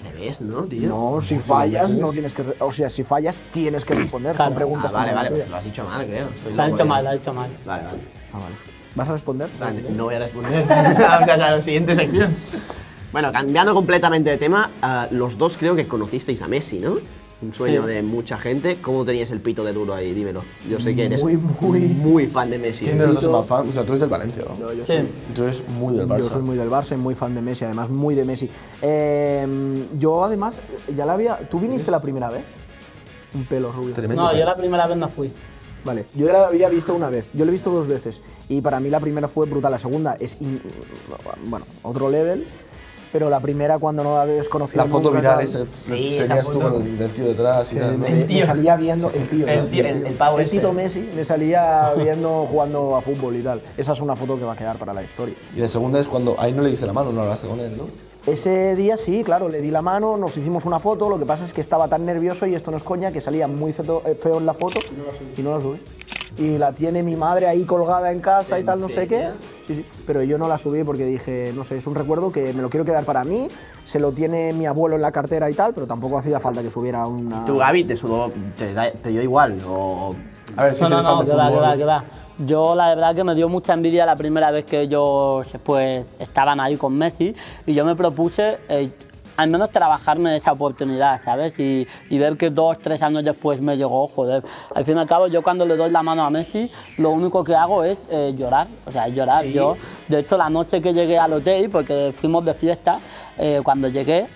B: Al revés, ¿no, tío?
D: No, si fallas, no tienes que. re- O sea, si fallas, tienes que responder. Son
C: Claro.
D: preguntas.
B: Ah, vale, vale,
D: comprometidas.
B: pues lo has dicho mal, creo. Estoy
C: La ha
B: loco,
C: hecho
B: eh.
C: mal, la ha hecho mal.
B: Vale, vale.
D: Ah, vale. ¿Vas a responder?
B: O sea, No voy a responder. Vamos a la siguiente sección. Bueno, cambiando completamente de tema, ah, los dos creo que conocisteis a Messi, ¿no? Un sueño
C: Sí.
B: de mucha gente. ¿Cómo teníais el pito de duro ahí? Dímelo. Yo sé que eres
D: Muy, muy-
B: muy fan de Messi. ¿eh?
A: ¿Quién de los dos es más fan? O sea, tú eres del Valencia, ¿no?
D: yo
C: Sí.
A: Tú eres muy del Barça.
D: Yo soy muy del Barça y muy fan de Messi, además, muy de Messi. Eh, yo, además, ya la había. ¿Tú viniste la primera vez? Un pelo rubio.
A: Tremendo.
C: No,
A: fan.
C: yo la primera vez no fui.
D: Vale, yo la había visto una vez, yo la he visto dos veces y para mí la primera fue brutal, la segunda es, in- bueno, otro level, pero la primera cuando no la habías conocido
A: La foto
D: nunca,
A: viral
D: tal,
A: esa.
B: Sí, esa
A: tenías tú
B: foto.
A: con el, el tío detrás y tal, ¿no?
D: me, me salía viendo el tío,
B: El
D: ¿no?
B: tío, el- el pavo ese.
D: Tito Messi me salía viendo jugando a fútbol y tal. Esa es una foto que va a quedar para la historia.
A: Y la segunda es cuando ahí no le dice la mano, no hablaste con él, ¿no?
D: Ese día sí, claro, le di la mano, nos hicimos una foto, lo que pasa es que estaba tan nervioso y esto no es coña, que salía muy feto- eh, feo en la foto y no la subí. Y la tiene mi madre ahí colgada en casa y tal, no sé qué. Sí, sí, pero yo no la subí porque dije, no sé, es un recuerdo que me lo quiero quedar para mí, se lo tiene mi abuelo en la cartera y tal, pero tampoco hacía falta que subiera una...
B: ¿Tú, Gaby, te, sudó, te, da- te dio igual? O...
A: A ver, si
C: No,
A: es
C: no,
A: el fan
C: no,
A: de
C: que va, que
A: fútbol.
C: va, que va. Yo la verdad que me dio mucha envidia la primera vez que ellos pues, estaban ahí con Messi y yo me propuse eh, al menos trabajarme esa oportunidad, ¿sabes? Y, y ver que dos, tres años después me llegó, joder. Al fin y al cabo, yo cuando le doy la mano a Messi, lo único que hago es eh, llorar, o sea, llorar. Yo, de hecho, la noche que llegué al hotel, porque fuimos de fiesta, eh, cuando llegué,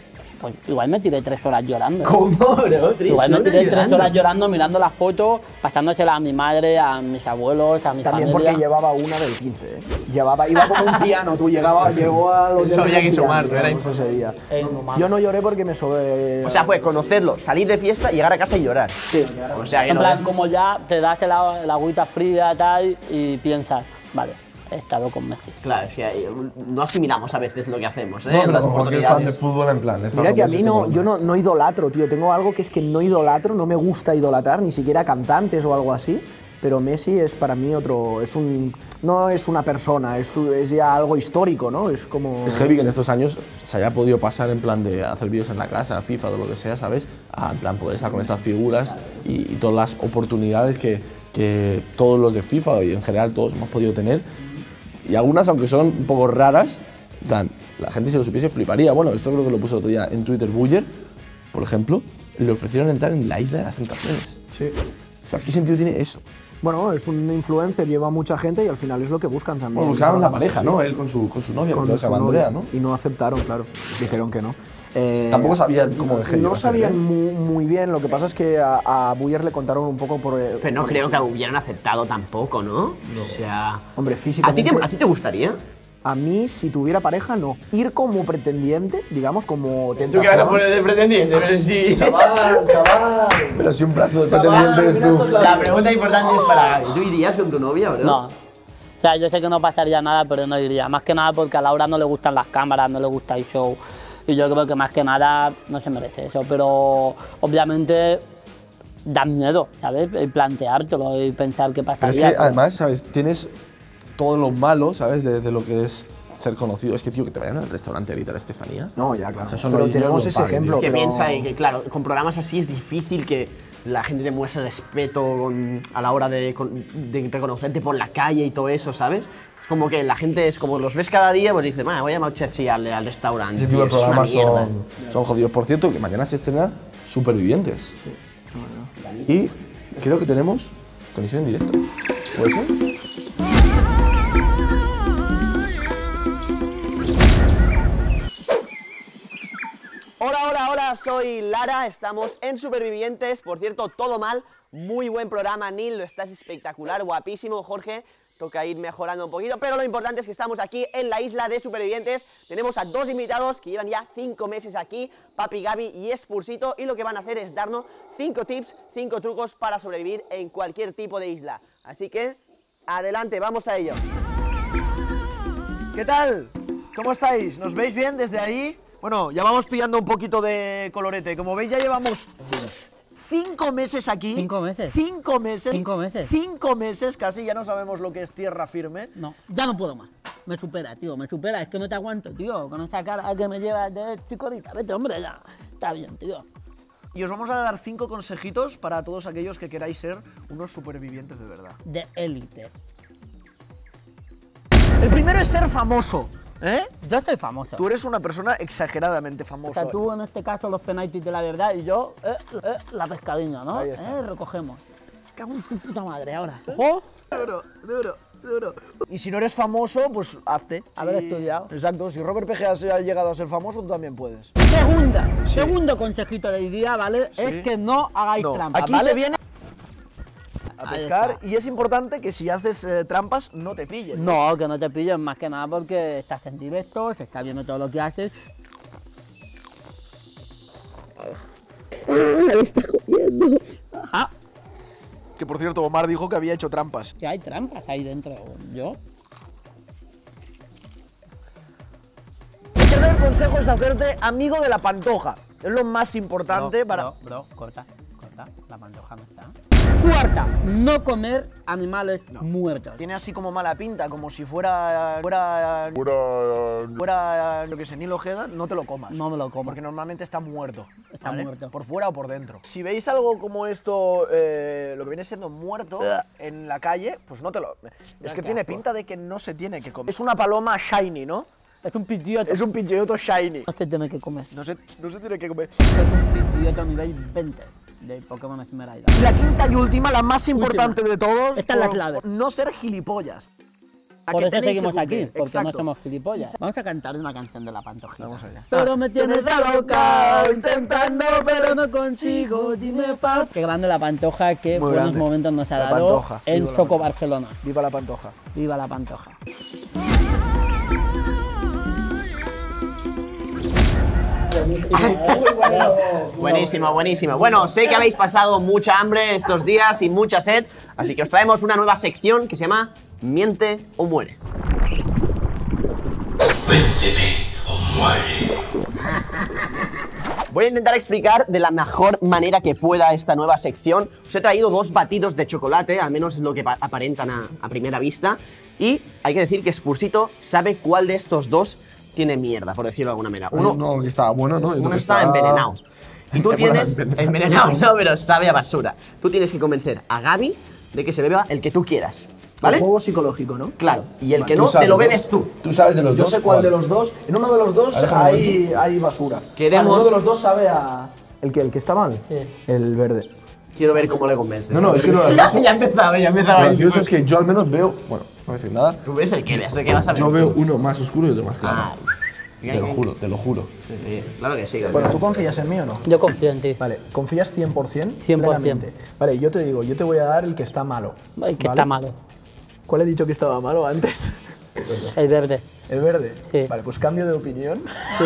C: pues igual me tiré tres horas llorando.
B: ¿Cómo, bro? Tres
C: Igual me
B: horas
C: tiré tres
B: llorando.
C: horas llorando, mirando las fotos, pasándosela a mi madre, a mis abuelos, a mi
D: También
C: familia.
D: porque llevaba una del 15, ¿eh? Llevaba, iba como un piano, tú llegabas, llegó al hotel
B: había
D: con
B: que
D: un piano,
B: sumar, era
D: digamos, ese día.
C: Eh, no mames.
D: Yo no lloré porque me sobe...
B: O sea, fue conocerlo, salir de fiesta, llegar a casa y llorar.
D: Sí.
B: O sea, que
C: en
B: no-
D: eh.
C: plan, como ya te das el, agua- el agüita fría tal, y piensas, vale, he estado con Messi.
B: Claro, es que hay- no asimilamos a veces lo que hacemos, ¿eh?
A: No, pero
B: Las
A: como cualquier fan de
B: oportunidades.
A: fútbol en plan. es
D: Mira
A: fan
D: que a
A: de
D: mí
A: ese
D: no,
A: fútbol.
D: yo no, no idolatro, tío. Tengo algo que es que no idolatro, no me gusta idolatrar, ni siquiera cantantes o algo así. Pero Messi es para mí otro, es un, no es una persona, es, un- es ya algo histórico, ¿no? Es como.
A: Es heavy que en estos años se haya podido pasar en plan de hacer vídeos en la casa, FIFA o lo que sea, ¿sabes? A en plan poder estar con estas figuras y, y todas las oportunidades que, que todos los de FIFA y en general todos hemos podido tener. Y algunas, aunque son un poco raras, en plan, la gente si lo supiese fliparía. Bueno, esto creo que lo puso otro día en Twitter Buller, por ejemplo, le ofrecieron entrar en la isla de las tentaciones.
D: Sí.
A: O sea, ¿qué sentido tiene eso?
D: Bueno, es un influencer, lleva mucha gente y al final es lo que buscan también.
A: Bueno, buscaban la pareja, ¿no? Él con su, con su novia, con,
D: Con
A: la
D: su
A: que Andrea,
D: novia.
A: ¿no?
D: Y no aceptaron, claro. Dijeron que no. Eh,
A: Tampoco sabían cómo de heavy iba
D: No
A: a ser,
D: sabían
A: ¿eh?
D: mu- muy, bien, lo que pasa es que a, a Buyer le contaron un poco por. eh,
B: Pero no
D: por
B: creo que
D: encima.
B: hubieran aceptado tampoco, ¿no? O sea.
D: Hombre,
B: ¿A ti,
D: físicamente.
B: te, ¿A ti te gustaría?
D: A mí, si tuviera pareja, no. Ir como pretendiente, digamos, como
B: Tú que vas a
D: tentación.
B: poner de pretendiente, pero sí.
D: Chaval, chaval.
A: Pero si un brazo de pretendiente es tú.
B: La pregunta importante es para Gaby. ¿Tú irías con tu novia, bro?
C: No. O sea, yo sé que no pasaría nada, pero no iría. Más que nada porque a Laura no le gustan las cámaras, no le gusta el show. Y yo creo que más que nada no se merece eso. Pero obviamente da miedo, ¿sabes? El planteártelo y pensar qué
A: Pero es
C: pasaría.
A: que además, ¿sabes? Tienes todo lo malo, ¿sabes? De, de lo que es ser conocido. Es que, tío, que te vayan al restaurante a gritar a Estefanía.
D: No, ya, claro.
A: O sea, eso no
D: pero
A: hay dinero
D: tenemos
A: que lo
D: ese
A: pague,
D: ejemplo.
A: tío.
B: que
D: pero-
B: piensa y que, claro, con programas así es difícil que la gente te muestre respeto con- a la hora de, con- de reconocerte por la calle y todo eso, ¿sabes? Es como que la gente es como los ves cada día, pues dices, "Ma, voy a marcharse al, al restaurante.
A: Ese tipo de
B: tío, es una
A: programas
B: mierda".
A: son, son jodidos. Por cierto, que mañana se estrena Supervivientes. Y creo que tenemos conexión en directo. ¿Puede ser?
B: Hola, hola, hola, soy Lara, estamos en Supervivientes, por cierto, todo mal, muy buen programa, Neil, lo estás espectacular, guapísimo, Jorge, toca ir mejorando un poquito, pero lo importante es que estamos aquí en la isla de Supervivientes, tenemos a dos invitados que llevan ya cinco meses aquí, Papi Gaby y Espursito, y lo que van a hacer es darnos cinco tips, cinco trucos para sobrevivir en cualquier tipo de isla, así que, adelante, vamos a ello.
F: ¿Qué tal? ¿Cómo estáis? ¿Nos veis bien desde ahí? Bueno, ya vamos pillando un poquito de colorete. Como veis, ya llevamos cinco meses aquí.
C: Cinco meses.
F: Cinco meses.
C: Cinco meses.
F: Cinco meses casi, ya no sabemos lo que es tierra firme.
C: No, ya no puedo más. Me supera, tío, me supera. Es que no te aguanto, tío. Con esta cara que me llevas de chicorita. Vete, hombre, ya. Está bien, tío.
F: Y os vamos a dar cinco consejitos para todos aquellos que queráis ser unos supervivientes de verdad.
C: De élite.
F: El primero es ser famoso. ¿Eh?
C: Yo soy famoso.
F: Tú eres una persona exageradamente
C: O sea,
F: famosa.
C: tú en este caso los penaltis de la verdad y yo eh, eh, la pescadilla, ¿no?
F: Ahí está. ¿Eh?
C: Eh, recogemos. Me Cago en tu puta madre ahora. Ojo,
F: Duro, duro, duro. Y si no eres famoso, pues hazte.
C: haber
F: Sí.
C: estudiado.
F: Exacto, si Robert PGA se ha llegado a ser famoso, tú también puedes.
C: Segunda, segundo consejito del día, ¿vale? Es que no hagáis
F: No,
C: trampa,
F: aquí
C: ¿vale?
F: se viene a
C: Ahí
F: pescar
C: está.
F: y es importante que si haces eh, trampas no te pillen.
C: No, que no te pillen más que nada porque estás en directo, se está viendo todo lo que haces. Ah,
F: Que por cierto, Omar dijo que había hecho trampas.
C: que hay trampas ahí dentro. Yo.
F: El tercer consejo es hacerte amigo de la pantoja. Es lo más importante
C: Bro,
F: para...
C: Bro, bro, corta, corta. La pantoja no está. Cuarta, no comer animales muertos.
F: Tiene así como mala pinta, como si fuera... Fuera... Fuera... Fuera... eh, Lo que se ni lo Ojeda, no te lo comas.
C: No me lo como.
F: Porque normalmente está muerto.
C: Está muerto.
F: Por fuera o por dentro. Si veis algo como esto, eh, lo que viene siendo muerto en la calle, pues no te lo. Es que tiene pinta de que no se tiene que comer. Es una paloma shiny, ¿no?
C: Es un pidioto.
F: Es un pincheyoto shiny.
C: No se tiene que comer.
F: No se, no se tiene que comer.
C: Es un pidioto nivel 20 de Pokémon Esmeralda.
F: Y la quinta y última, la más importante de todos.
C: Esta es la
F: por
C: clave.
F: No ser gilipollas. La
C: Por
F: que
C: eso
F: tenéis que
C: seguimos aquí,
F: cumplir.
C: porque no
F: Exacto. Ah,
C: somos gilipollas. Vamos a cantar una canción de la pantojita. Vamos
F: allá.
C: Pero me tienes a loca, intentando, pero no consigo, dime pa. Qué grande la pantoja,
F: Muy
C: que buenos
F: grande.
C: momentos nos ha
F: La
C: dado
F: Pantoja.
C: en
F: Viva la
C: Soco Barcelona.
F: Viva la pantoja.
C: Viva la pantoja.
B: Buenísimo, buenísimo. Bueno, sé que habéis pasado mucha hambre estos días y mucha sed, así que os traemos una nueva sección que se llama Miente o muere. Voy a intentar explicar de la mejor manera que pueda esta nueva sección. Os he traído dos batidos de chocolate, al menos lo que pa- aparentan a, a primera vista. Y hay que decir que Spursito sabe cuál de estos dos tiene mierda, por decirlo de alguna manera. Uno,
A: no, que estaba bueno, ¿no? Y otro
B: uno
A: que
B: está envenenado. Y tú
A: Bueno,
B: tienes.
A: envenenado.
B: Envenenado, no, pero sabe a basura. Tú tienes que convencer a Gaby de que se beba el que tú quieras. ¿Vale?
D: Juego psicológico, ¿no?
B: Claro. Y el que
A: Tú
B: no, te
A: sabes,
B: lo
A: ¿no?
B: bebes tú.
A: Tú sabes de los
D: Yo
A: dos.
D: sé cuál de los dos. En uno de los dos
A: Ahora déjame un
D: hay, hay basura.
B: Queremos-
D: Ah, Uno de los dos sabe a. ¿El que, el que está mal? El verde.
B: Quiero ver cómo le convences.
A: No, no, es que lo
B: ya
A: gracioso,
B: ya empezaba, ya empezaba.
A: lo gracioso es que yo al menos veo. Bueno, no voy a decir nada.
B: Tú ves el que ves, el que vas a ver.
A: Yo veo uno más oscuro y otro más
B: Ah,
A: claro. Te lo juro, te lo juro.
B: sí, claro que sí. claro
D: Bueno,
B: que
D: ¿tú confías en mí o no?
C: Yo confío en ti.
D: Vale, ¿confías 100%?
C: 100%.
D: Plenamente. Vale, yo te digo, yo te voy a dar el que está malo.
C: Ay, que
D: ¿vale?
C: está malo.
D: ¿Cuál he dicho que estaba malo antes?
C: El verde.
D: El verde.
C: Sí.
D: Vale, pues cambio de opinión.
C: ¿Sí?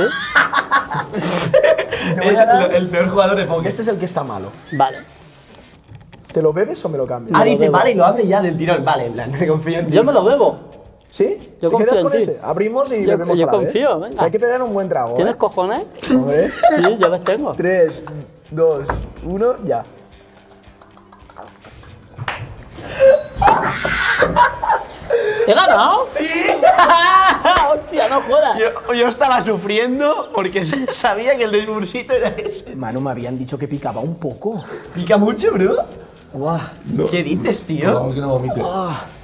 D: Te voy a dar-
B: peor jugador de póker.
D: Este es el que está malo.
C: Vale.
D: ¿Te lo bebes o me lo cambias?
B: Ah, dice, vale, y lo abre ya del tirón. Vale, en plan, confío en ti.
C: Yo me lo bebo.
D: ¿Sí?
C: Yo
D: ¿Te
C: confío
D: quedas
C: en
D: con
C: ti.
D: ese? Abrimos y
C: Yo-
D: bebemos
C: yo
D: a la vez.
C: confío, venga.
D: Hay que tener un buen trago,
C: ¿Tienes
D: ¿eh?
C: cojones?
D: Joder.
C: Sí, yo los tengo.
D: Tres, dos, uno, ya.
C: ¿He ganado? Sí. Hostia, no jodas.
B: Yo, yo estaba sufriendo porque sabía que el desbursito era ese.
D: Manu, me habían dicho que picaba un poco.
B: Pica mucho, bro.
D: ¡Guau!
B: ¿Qué dices,
A: Por
B: tío?
A: favor, que no vomite.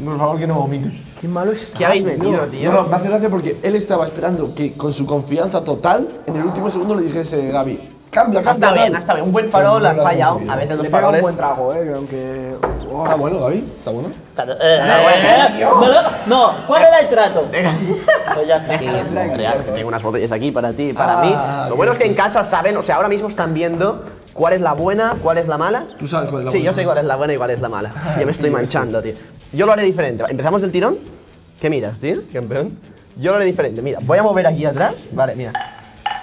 A: Por favor, que no vomite.
D: ¡Qué malo es!
B: ¿Qué habéis metido,
A: No,
B: Ah. tío?
A: no, me hace gracia porque él estaba esperando que con su confianza total, en el último segundo le dijese Gaby, cambia, cambia.
B: Hasta Ah, bien,
A: Gaby".
B: hasta bien. Un buen
A: Pero
B: farol,
A: no
B: has
A: lo has
B: fallado.
A: conseguido.
B: A veces
D: Le
B: los
D: pega un
B: faroles.
D: buen trago, ¿eh? Aunque...
A: Está bueno, Gaby, está bueno.
C: Eh, eh, me lo- no, ¿cuál era el trato? Pues ya está.
B: eh, Tengo unas botellas aquí para ti y para
A: Ah,
B: mí. Lo bueno es que en casa saben, o sea, ahora mismo están viendo cuál es la buena, cuál es la mala.
A: Tú sabes cuál es la
B: Sí,
A: buena.
B: yo sé cuál es la buena y cuál es la mala. Ya me estoy manchando, tío. Yo lo haré diferente. ¿Empezamos del tirón? ¿Qué miras, tío? Campeón. Yo lo haré diferente. Mira, voy a mover aquí atrás. Vale, mira.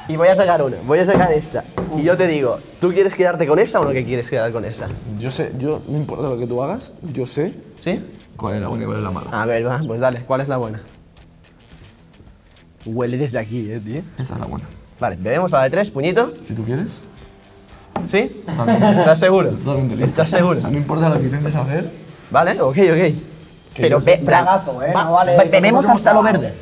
B: Y voy a sacar una. Voy a sacar esta. Y yo te digo, ¿tú quieres quedarte con esa o no que quieres quedar con esa?
A: Yo sé, yo, no importa lo que tú hagas, yo sé
B: ¿Sí?
A: cuál es la buena y cuál es la mala.
B: A ver, va, pues dale. ¿Cuál es la buena? Huele desde aquí, eh, tío.
A: Esta es la buena.
B: Vale, bebemos a la de tres, puñito.
A: Si tú quieres,
B: ¿Sí? ¿Estás seguro?
A: totalmente listo.
B: ¿Estás
A: O
B: seguro?
A: sea, no importa lo que intentes hacer.
B: Vale, ok, ok. Pero
A: yo sé.
B: ve,
D: Tragazo, ¿eh? No vale-
B: bebemos
D: nosotros
B: hasta lo
D: hemos
B: verde.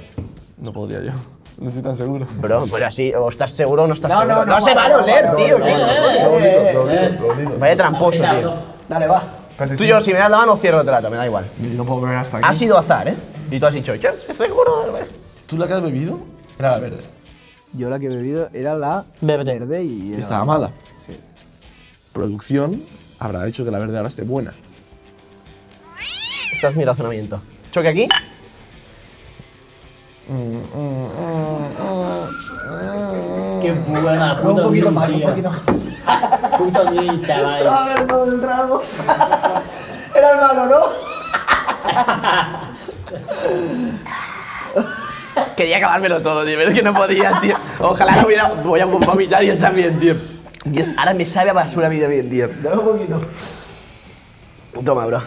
A: No podría yo. No estoy tan seguro.
B: Bro, pero así, o estás seguro o no estás seguro.
D: no,
B: se va a
D: no,
B: oler,
D: no,
B: tío.
D: no,
B: ¿qué?
A: Lo olvido, lo olvido, lo olvido.
B: eh, Vaya tramposo, tío.
D: Dale, va.
B: Tú y yo, si me das la mano, cierro el trato, me da igual.
A: Yo no puedo beber hasta
B: Ha
A: aquí.
B: sido azar, ¿eh? Y tú has dicho, yo estoy seguro.
A: ¿Tú la que has bebido? Era la verde.
D: Yo la que he bebido era la
C: Verde.
D: verde y... era-
A: Estaba mala. Producción habrá hecho que la verde ahora esté buena.
B: Este es mi razonamiento. Choque aquí.
C: Qué buena,
D: Un
C: puto
D: poquito
C: mil,
D: más, un
C: tío.
D: poquito más.
C: Puto mil, chaval.
D: ver todo el trago. Era el malo, ¿no?
B: Quería acabármelo todo, tío, pero es que no podía, tío. Ojalá no hubiera. Voy a vomitar yo también, tío. Dios, ahora me sabe a basura vida bien, tío.
D: Dale un poquito.
B: Toma, bro.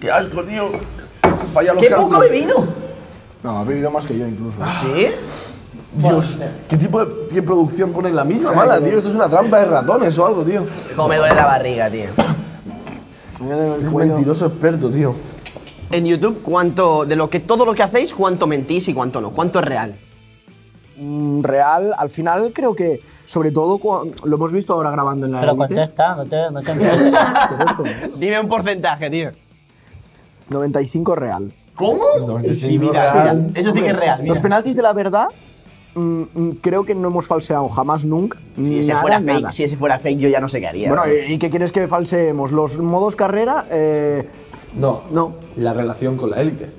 A: ¡Qué asco, tío! Falla los
B: ¡Qué poco he bebido!
D: No, ha bebido más que yo incluso.
B: ¿Sí?
A: Ah, Dios, ¿qué tipo de qué producción ponen la misma
D: Sí,
A: mala,
D: claro.
A: tío? Esto es una trampa de ratones o algo, tío.
B: Como me duele la barriga, tío.
A: Es un mentiroso experto, tío.
B: En YouTube, ¿cuánto de lo que todo lo que hacéis, cuánto mentís y cuánto no? ¿Cuánto es real?
D: Mm, Real, al final creo que, sobre todo, cu- lo hemos visto ahora grabando en la
C: Pero
D: Élite.
C: contesta, no te, no te enfades.
B: Dime un porcentaje, tío.
D: 95 real.
B: ¿Cómo? Sí, mira, mira, Eso sí que es real.
D: Los penaltis de la verdad, mm, mm, creo que no hemos falseado jamás nunca.
B: Si ese
D: nada,
B: fuera fake,
D: nada.
B: si ese fuera fake, yo ya no sé qué haría.
D: Bueno, ¿y y qué quieres que falseemos? Los modos carrera, eh,
A: No,
D: no.
A: la relación con la élite.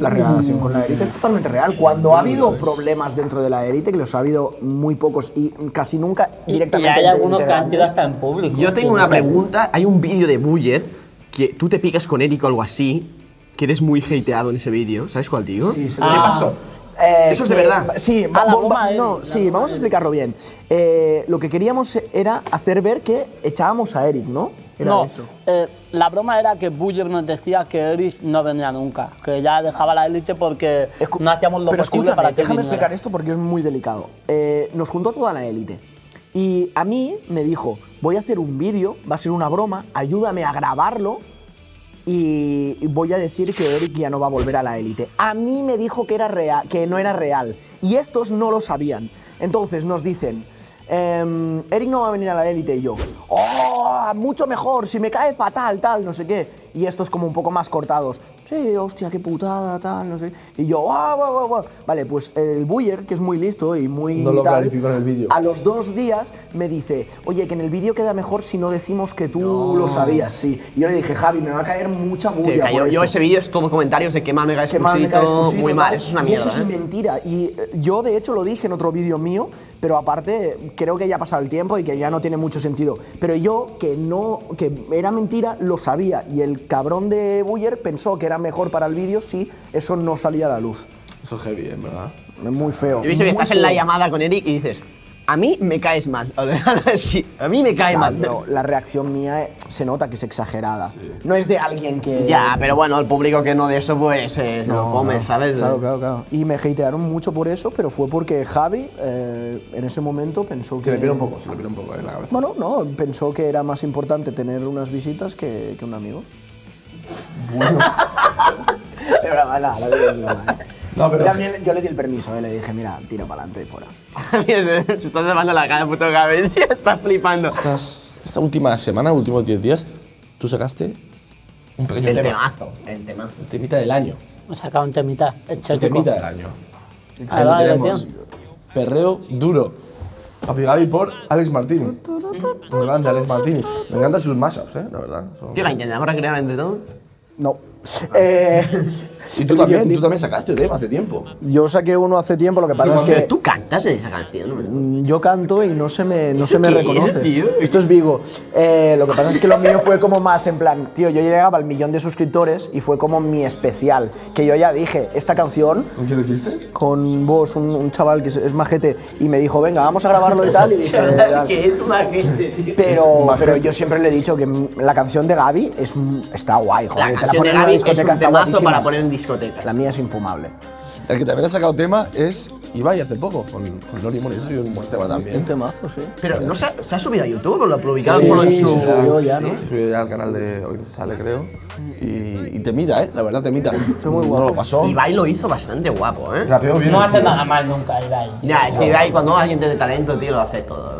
D: La relación
A: Mm.
D: con la élite es totalmente real. Cuando ha habido problemas dentro de la élite, que los ha habido muy pocos y casi nunca
C: Y, y
D: directamente.
C: hay
D: entre
C: algunos que han
D: integrantes.
C: sido hasta en público.
B: yo tengo una pregunta. Hay un vídeo de Buller que tú te picas con Eric o algo así, que eres muy hateado en ese vídeo. ¿Sabes cuál digo?
D: Sí, sí.
C: Ah.
B: ¿Qué pasó?
D: Eh,
B: Eso es de
D: que-
B: verdad.
D: Sí,
C: Ah, la
D: va-
C: goma
D: va-
C: es-
D: no,
C: la
D: sí,
C: goma
D: vamos a explicarlo bien. Eh, lo que queríamos era hacer ver que echábamos a Eric, ¿no? Era
C: no,
D: eso.
C: eh, la broma era que Buller nos decía que Eris no venía nunca, que ya dejaba la élite porque
D: Escu-
C: no hacíamos lo
D: Pero
C: posible
D: escúchame,
C: para que
D: déjame
C: viniera.
D: explicar esto porque es muy delicado. Eh, nos juntó a toda la élite. Y a mí me dijo, voy a hacer un vídeo, va a ser una broma, ayúdame a grabarlo y voy a decir que Eric ya no va a volver a la élite. A mí me dijo que, era real, que no era real y estos no lo sabían. Entonces nos dicen, ehm, Eric no va a venir a la élite y yo, ¡oh! Mucho mejor, si me cae fatal, tal, no sé qué. Y estos como un poco más cortados, sí, hostia, qué putada, tal, no sé. Y yo, ¡ah, guau, guau, guau". Vale, pues el Buyer, que es muy listo y muy...
A: No lo
D: tal,
A: clarificó en el vídeo.
D: A los dos días me dice, oye, que en el vídeo queda mejor si no decimos que tú lo sabías, sí. Y yo le dije, Javi, me va a caer mucha
B: Tío,
D: bulla.
B: yo,
D: por
B: yo
D: esto.
B: ese vídeo es todo comentarios de qué mal me cae
D: Qué mal me caes,
B: Expulsito,
D: Pusito,
B: Muy
D: tal.
B: mal, eso es una
D: Y
B: mierda.
D: Eso
B: ¿eh?
D: es mentira. Y eh, yo, de hecho, lo dije en otro vídeo mío, pero aparte creo que ya ha pasado el tiempo y que ya no tiene mucho sentido. Pero yo, que no, que era mentira, lo sabía. Y el cabrón de Buller pensó que era mejor para el vídeo si eso no salía a la luz.
A: Eso es heavy, en verdad.
D: Es muy feo.
B: Yo he visto que
D: muy
B: estás en la
D: feo.
B: llamada con Eric y dices, a mí me caes mal. sí, a mí me cae
D: Ya,
B: mal.
D: Ah, pero la reacción mía eh, se nota que es exagerada. No es de alguien que.
B: Ya, pero bueno, el público que no de eso, pues eh, no, come, ¿sabes?
D: Claro, claro, claro. Y me hatearon mucho por eso, pero fue porque Javi eh, en ese momento pensó que.
A: Se le pierde un poco, se le pierde un poco en la cabeza.
D: Bueno, no, pensó que era más importante tener unas visitas que, que un amigo. Bueno. pero la mala, la digo, la mala.
A: No, pero-
D: Yo también- ¿eh? yo le di el permiso, eh, le dije, mira, tira para adelante y fuera.
B: se, se está llevando la cara, puto Gabriel, tío, está flipando.
A: Estas- esta última semana, últimos 10 días, tú sacaste un pequeño
B: El
A: tema.
B: temazo, el temazo.
A: El temita del año.
C: Me sacaron temita.
A: El
C: exótico.
A: temita del año.
C: Ah,
A: Ahí lo
C: vale,
A: tenemos. Perreo duro. Aplicado y por Alex Martini. Un grande Alex Martini. Me encantan sus mashups, eh, la verdad. Son-
B: Tío, la intentamos recrear entre todos.
D: No. Eh,
A: Ah. Y tú
D: el
A: también,
D: videoclip-
A: tú también sacaste tema hace tiempo.
D: Yo saqué uno hace tiempo, lo que pasa es
B: Pero
D: que
B: tú cantas esa canción,
D: mm, yo canto y no se me, no
B: ¿Eso
D: se me
B: qué es,
D: reconoce.
B: tío?
D: Esto es Vigo. Eh, lo que pasa es que lo mío fue como más en plan, tío, yo llegaba al millón de suscriptores y fue como mi especial, que yo ya dije, esta canción
A: ¿Con quién lo hiciste?
D: con vos, un, un chaval que es, es majete, y me dijo, venga, vamos a grabarlo y tal, y dije, "Dale".
B: que es una gente, tío.
D: Pero,
A: majete.
D: pero yo siempre le he dicho que mm, la canción de Gaby es, un- está guay,
B: La
D: joder, te la
B: canción
D: ponen
B: de
D: en una
B: Gaby es
D: discoteca,
B: un
D: está
B: temazo
D: guapísima.
B: para poner en discotecas.
D: La mía es infumable.
A: El que también ha sacado tema es Ibai hace poco, con, con Lori Mori. Eso es un buen tema también.
D: temazo, sí.
B: Pero ¿no se, ha- se ha subido a YouTube o lo ha publicado
D: Sí,
B: solo en
D: sí,
B: su.
D: se subió ya, ¿no?
A: Se subió ya al canal de Hoy Sale, creo. Y, y temita, eh, la verdad, temita. muy No lo pasó.
B: Ibai lo hizo bastante guapo, ¿eh?
A: Rapeó bien.
C: No hace nada mal nunca, Ibai.
B: Ya, es que Ibai cuando alguien tiene talento, tío, lo hace todo.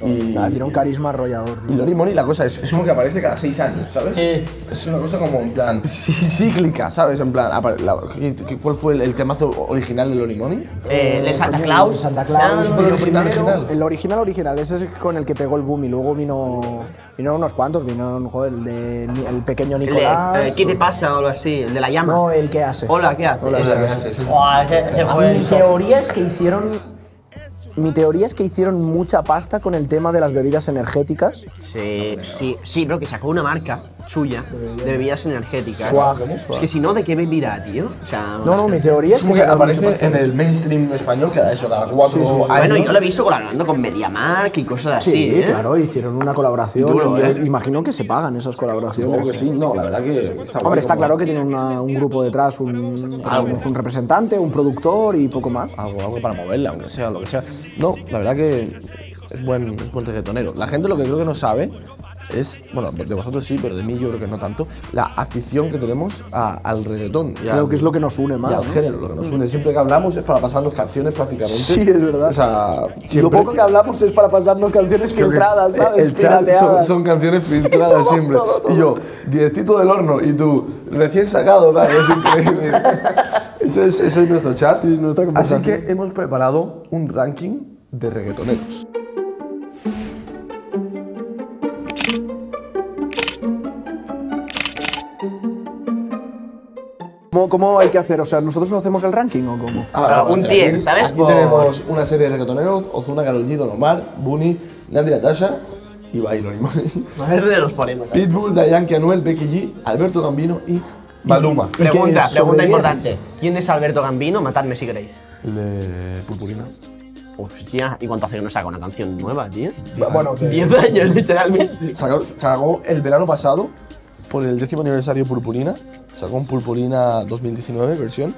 B: Eh,
D: Ah, tiene un carisma arrollador. tío.
A: Y Lori Mori, la cosa es, es uno que aparece cada seis años, ¿sabes?
C: Sí.
A: Es una cosa como en plan cíclica, ¿sabes? En plan, apare- la- ¿qué- qué- ¿cuál fue el, el temazo original de Lori Moni?
B: Eh, el de Santa
D: Coño,
B: Claus. Ah,
D: Santa Claus.
A: no, no, no,
D: el,
A: no,
D: original,
A: primero,
D: original.
A: original.
D: el original original, ese es con el que pegó el boom y luego vino vinieron unos cuantos, vino joder, el de Ni- el pequeño
B: El de,
D: Nicolás.
B: eh, ¿Qué te pasa o algo así? El de la llama.
D: no, el que hace.
B: Hola, ¿qué haces?
C: Buah, ese, ese
D: Ah,
C: fue
D: Mi teoría es que hicieron mi teoría es que hicieron mucha pasta con el tema de las bebidas energéticas.
B: Sí, sí, sí, bro, que sacó una marca suya de bebidas energéticas.
D: Suave,
B: Es
D: suave.
B: que si no, ¿de qué vivirá, tío? O sea,
D: No, no, mi teoría
A: Es
D: es que
A: como que
D: sacaron mucha
A: aparece
D: pasta
A: en
D: con eso.
A: el mainstream español cada eso, cada cuatro
D: Sí, sí, sí.
A: años.
B: Ah, Bueno, yo lo he visto colaborando con Mediamark y cosas
D: Sí,
B: así, ¿eh?
D: claro, hicieron una colaboración.
B: Duro,
D: y yo
B: ¿eh?
D: Imagino que se pagan esas
A: Yo
D: colaboraciones.
A: creo que sí, no, la verdad que está guay
D: Hombre, está
A: como-
D: claro que tiene una- un grupo detrás, un,
B: Ah,
D: pues, un representante, un productor y poco más.
A: Algo, algo para moverla, aunque sea, lo que sea. No, la verdad que es buen, es buen reggaetonero. La gente lo que creo que no sabe es, bueno, de vosotros sí, pero de mí yo creo que no tanto, la afición que tenemos a- al reggaetón. y
D: Creo
A: al-
D: que es lo que nos
A: Y
D: une
A: al
D: más. ¿no?
A: género, lo que nos une. Siempre que hablamos es para pasarnos canciones prácticamente.
D: Sí, es verdad.
A: O sea,
D: Lo
A: siempre-
D: poco que hablamos es para pasarnos canciones
A: Creo que
D: filtradas, ¿sabes?
A: el chat son,
D: Pirateadas.
A: son canciones filtradas
D: todo,
A: siempre.
D: todo, todo.
A: Y yo, directito del horno, y tú, recién sacado, tal, es increíble. ese, es, ese es nuestro chat.
D: es nuestra
A: Así
D: conversación.
A: que hemos preparado un ranking de reggaetoneros.
D: ¿Cómo, cómo hay que hacer? O sea, ¿nosotros no hacemos el ranking o cómo?
A: Ah, vale,
B: Claro,
A: vale,
B: un
A: vale.
B: 10,
A: Aquí-
B: ¿sabes?
A: Aquí
B: Por-
A: tenemos una serie de reggaetoneros, Ozuna, Karol G, Don Omar, Bunny, Nati Natasha y Byron
B: A ver dónde los ponemos.
A: Pitbull, Dayan, Anuel, Becky G, Alberto Gambino y Maluma.
B: Pregunta,
D: es?
B: pregunta
D: ¿Sobre
B: importante. ¿Quién es Alberto Gambino? Matadme si queréis.
A: El de Purpurina.
B: Hostia, ¿y cuánto hace que no saca una canción nueva, tío?
D: Bueno, que-
B: 10 años, literalmente.
A: Sacó, sacó el verano pasado, por el décimo aniversario Purpurina, sacó un Purpurina 2019 versión.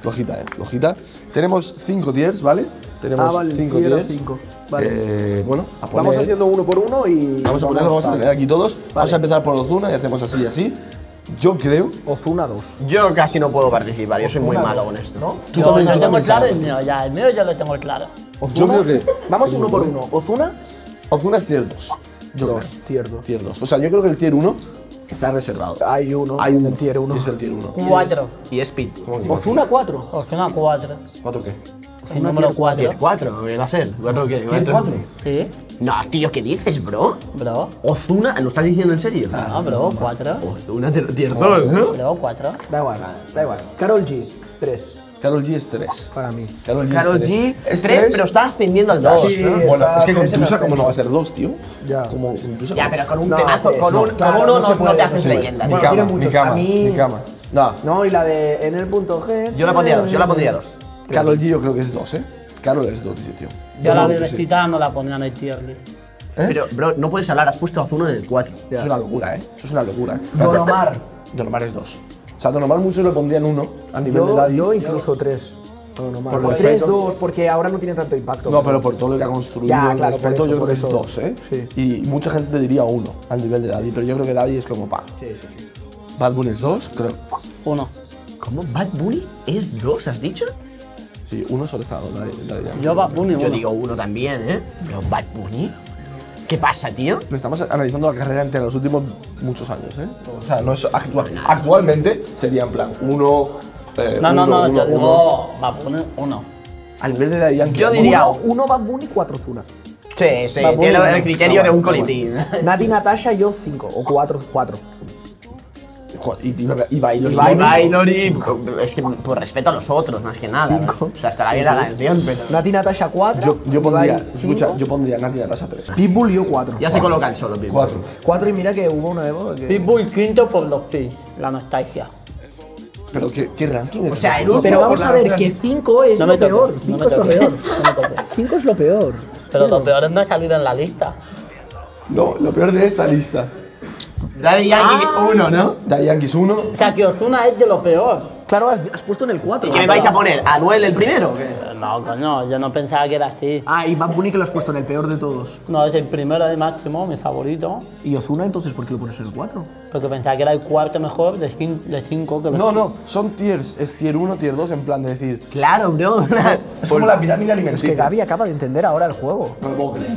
A: Flojita, eh, flojita. Tenemos cinco tiers, ¿vale? Tenemos
D: Ah, vale,
A: cinco
D: tier a
A: tiers.
D: cinco, vale.
A: Eh, bueno, a poner-
D: Vamos haciendo uno por uno y.
A: Vamos a ponerlo, vamos a tener aquí todos. Vamos a empezar por Ozuna y hacemos así y así. Yo creo.
D: Ozuna 2.
B: Yo casi no puedo participar, yo soy muy malo con esto. ¿No?
A: Tú
C: yo
A: también,
C: no
A: tú
C: tengo
A: también
C: claro el
A: sabes.
C: mío ya, el mío yo lo tengo claro.
A: Yo creo que
D: Vamos uno por uno. Ozuna,
A: Ozuna es tier 2. Yo
D: dos.
A: creo.
D: Tier 2.
A: Tier 2. O sea, yo creo que el tier 1 está reservado.
D: Hay Ah, uno.
A: Hay
D: en
A: un
D: el tier 1.
A: Es el tier 1.
C: Cuatro.
B: Y es Pitbull.
A: ¿Cómo que
D: Ozuna 4.
C: Opción a cuatro.
A: ¿Cuatro qué?
C: El número cuatro.
B: 4, ¿qué va a ser? ¿Cuatro qué?
A: ¿Cuatro?
C: Sí,
B: No, tío, ¿qué dices, bro?
C: bro.
B: Ozuna, ¿lo estás diciendo en serio?
C: No, bro, cuatro.
B: Ozuna te lo tier 2, ¿no?
C: Bro, cuatro.
D: Da igual, da igual. Carol G, 3.
A: Karol G es 3.
D: Para mí.
A: Karol G,
B: Karol
A: es
B: G,
A: tres. Es
B: 3,
A: tres,
B: pero está ascendiendo al
A: está-
B: 2.
D: Sí, ¿no?
A: Bueno,
D: está
A: es que con
D: tres en
A: Tusa,
D: ascenso.
A: ¿cómo no va a ser 2, tío?
D: Ya.
A: Como con Tusa.
B: Ya, pero con un
D: No,
B: temazo,
D: tres,
B: con,
D: no,
B: un,
D: claro,
B: con uno
D: no
B: no,
D: se
B: no
D: puede,
B: te
D: no
B: haces
D: se puede.
B: leyenda.
D: Ni
B: tío.
D: cama, ni cama, ni cama.
A: No,
D: No, y la de en el punto G.
B: Yo la pondría 2, yo la pondría 2.
A: Karol G yo creo que es 2, ¿eh? Carol es do sitio.
C: Ya la
A: Sí,
C: de
A: sí.
C: Gitano la pondrán en el tier list.
B: Pero, bro, no puedes hablar, has puesto a Zuno en el 4.
A: Eso es una locura, ¿eh? Eso es una locura.
D: Don Omar.
A: Don Omar es dos. O sea, Don Omar muchos le pondrían uno a nivel de
D: Yo,
A: Daddy.
D: yo incluso tres. No, no,
A: Por
D: mal. Tres,
A: respeto.
D: dos, porque ahora no tiene tanto impacto.
A: No, pero por todo lo que ha construido,
D: Ya,
A: el
D: claro, por
A: respeto,
D: eso,
A: yo creo
D: por
A: que es
D: eso.
A: dos, ¿eh?
D: Sí.
A: Y mucha gente te diría uno al nivel de Daddy, pero yo creo que Daddy es como pa. Sí, sí, sí. Bad Bunny es dos, creo.
C: Uno.
B: ¿Cómo? ¿Bad Bunny es 2, has dicho?
A: Sí, uno solo está dos, Daddy. Daddy ya.
C: Yo Bad Bunny,
B: Yo
C: uno.
B: digo uno también, ¿eh? Pero Bad Bunny. ¿Qué pasa, tío?
A: Estamos analizando la carrera entre los últimos muchos años, ¿eh? O sea, no es actual. Actualmente sería en plan uno. eh,
C: No, no,
A: uno,
C: no,
A: uno,
C: yo
A: uno.
C: digo Bad Bunny, uno.
A: Al nivel de Daddy Yankee.
B: Yo
A: uno.
B: diría-
D: Uno, uno Bad Bunny, cuatro Zuna.
B: Sí, sí,
A: Bad Bunny,
B: tiene
A: no.
B: el criterio
A: No,
B: de un
A: bueno,
B: colitín.
D: Nati, Natasha, yo cinco. O cuatro, cuatro.
A: Joder, Y, y, y Bailor.
B: Y Bailorin. Es que por respeto a los otros, más que nada.
D: Cinco.
B: O sea, hasta la vida la canción, pero.
D: Nati, Natasha, cuatro.
A: Yo, yo
D: Ibai,
A: pondría, escucha,
D: cinco.
A: yo pondría Nati Natasha 3.
D: Pitbull, yo cuatro.
B: Ya se colocan solo, Pipo.
A: Cuatro.
D: Cuatro y mira que hubo una época que...
C: Pitbull quinto por los pis, la nostalgia.
A: Pero ¿qué, qué ranking es
B: O sea,
A: ese?
B: el último.
D: Pero vamos a ver que 5 es
C: No me
D: lo
C: toques,
D: peor.
C: no
D: 5
C: me
D: es lo
C: toques,
D: peor.
C: no me toques.
D: 5 es lo peor.
C: Pero lo peor es no salir en la lista.
A: No, lo peor de esta lista.
B: Daddy Yankee 1, ¿no?
A: Daddy Yankee es uno.
C: O sea, que Ozuna es de lo peor.
D: Claro, has, has puesto en el 4.
B: ¿Y qué me vais a poner? ¿A Noel el primero? o qué?
C: Eh, No, coño, yo no pensaba que era así.
D: Ah, y Bad Bunny que lo has puesto en el peor de todos.
C: No, es el primero de máximo, mi favorito.
D: ¿Y Ozuna entonces por qué lo pones en el 4?
C: Porque pensaba que era el cuarto mejor de, cin- de cinco que lo-
A: No, no, son tiers. Es tier 1, tier 2, en plan de decir.
B: Claro, bro.
A: Es como la pirámide alimenticia.
D: Que Gaby acaba de entender ahora el juego.
A: No lo puedo creer.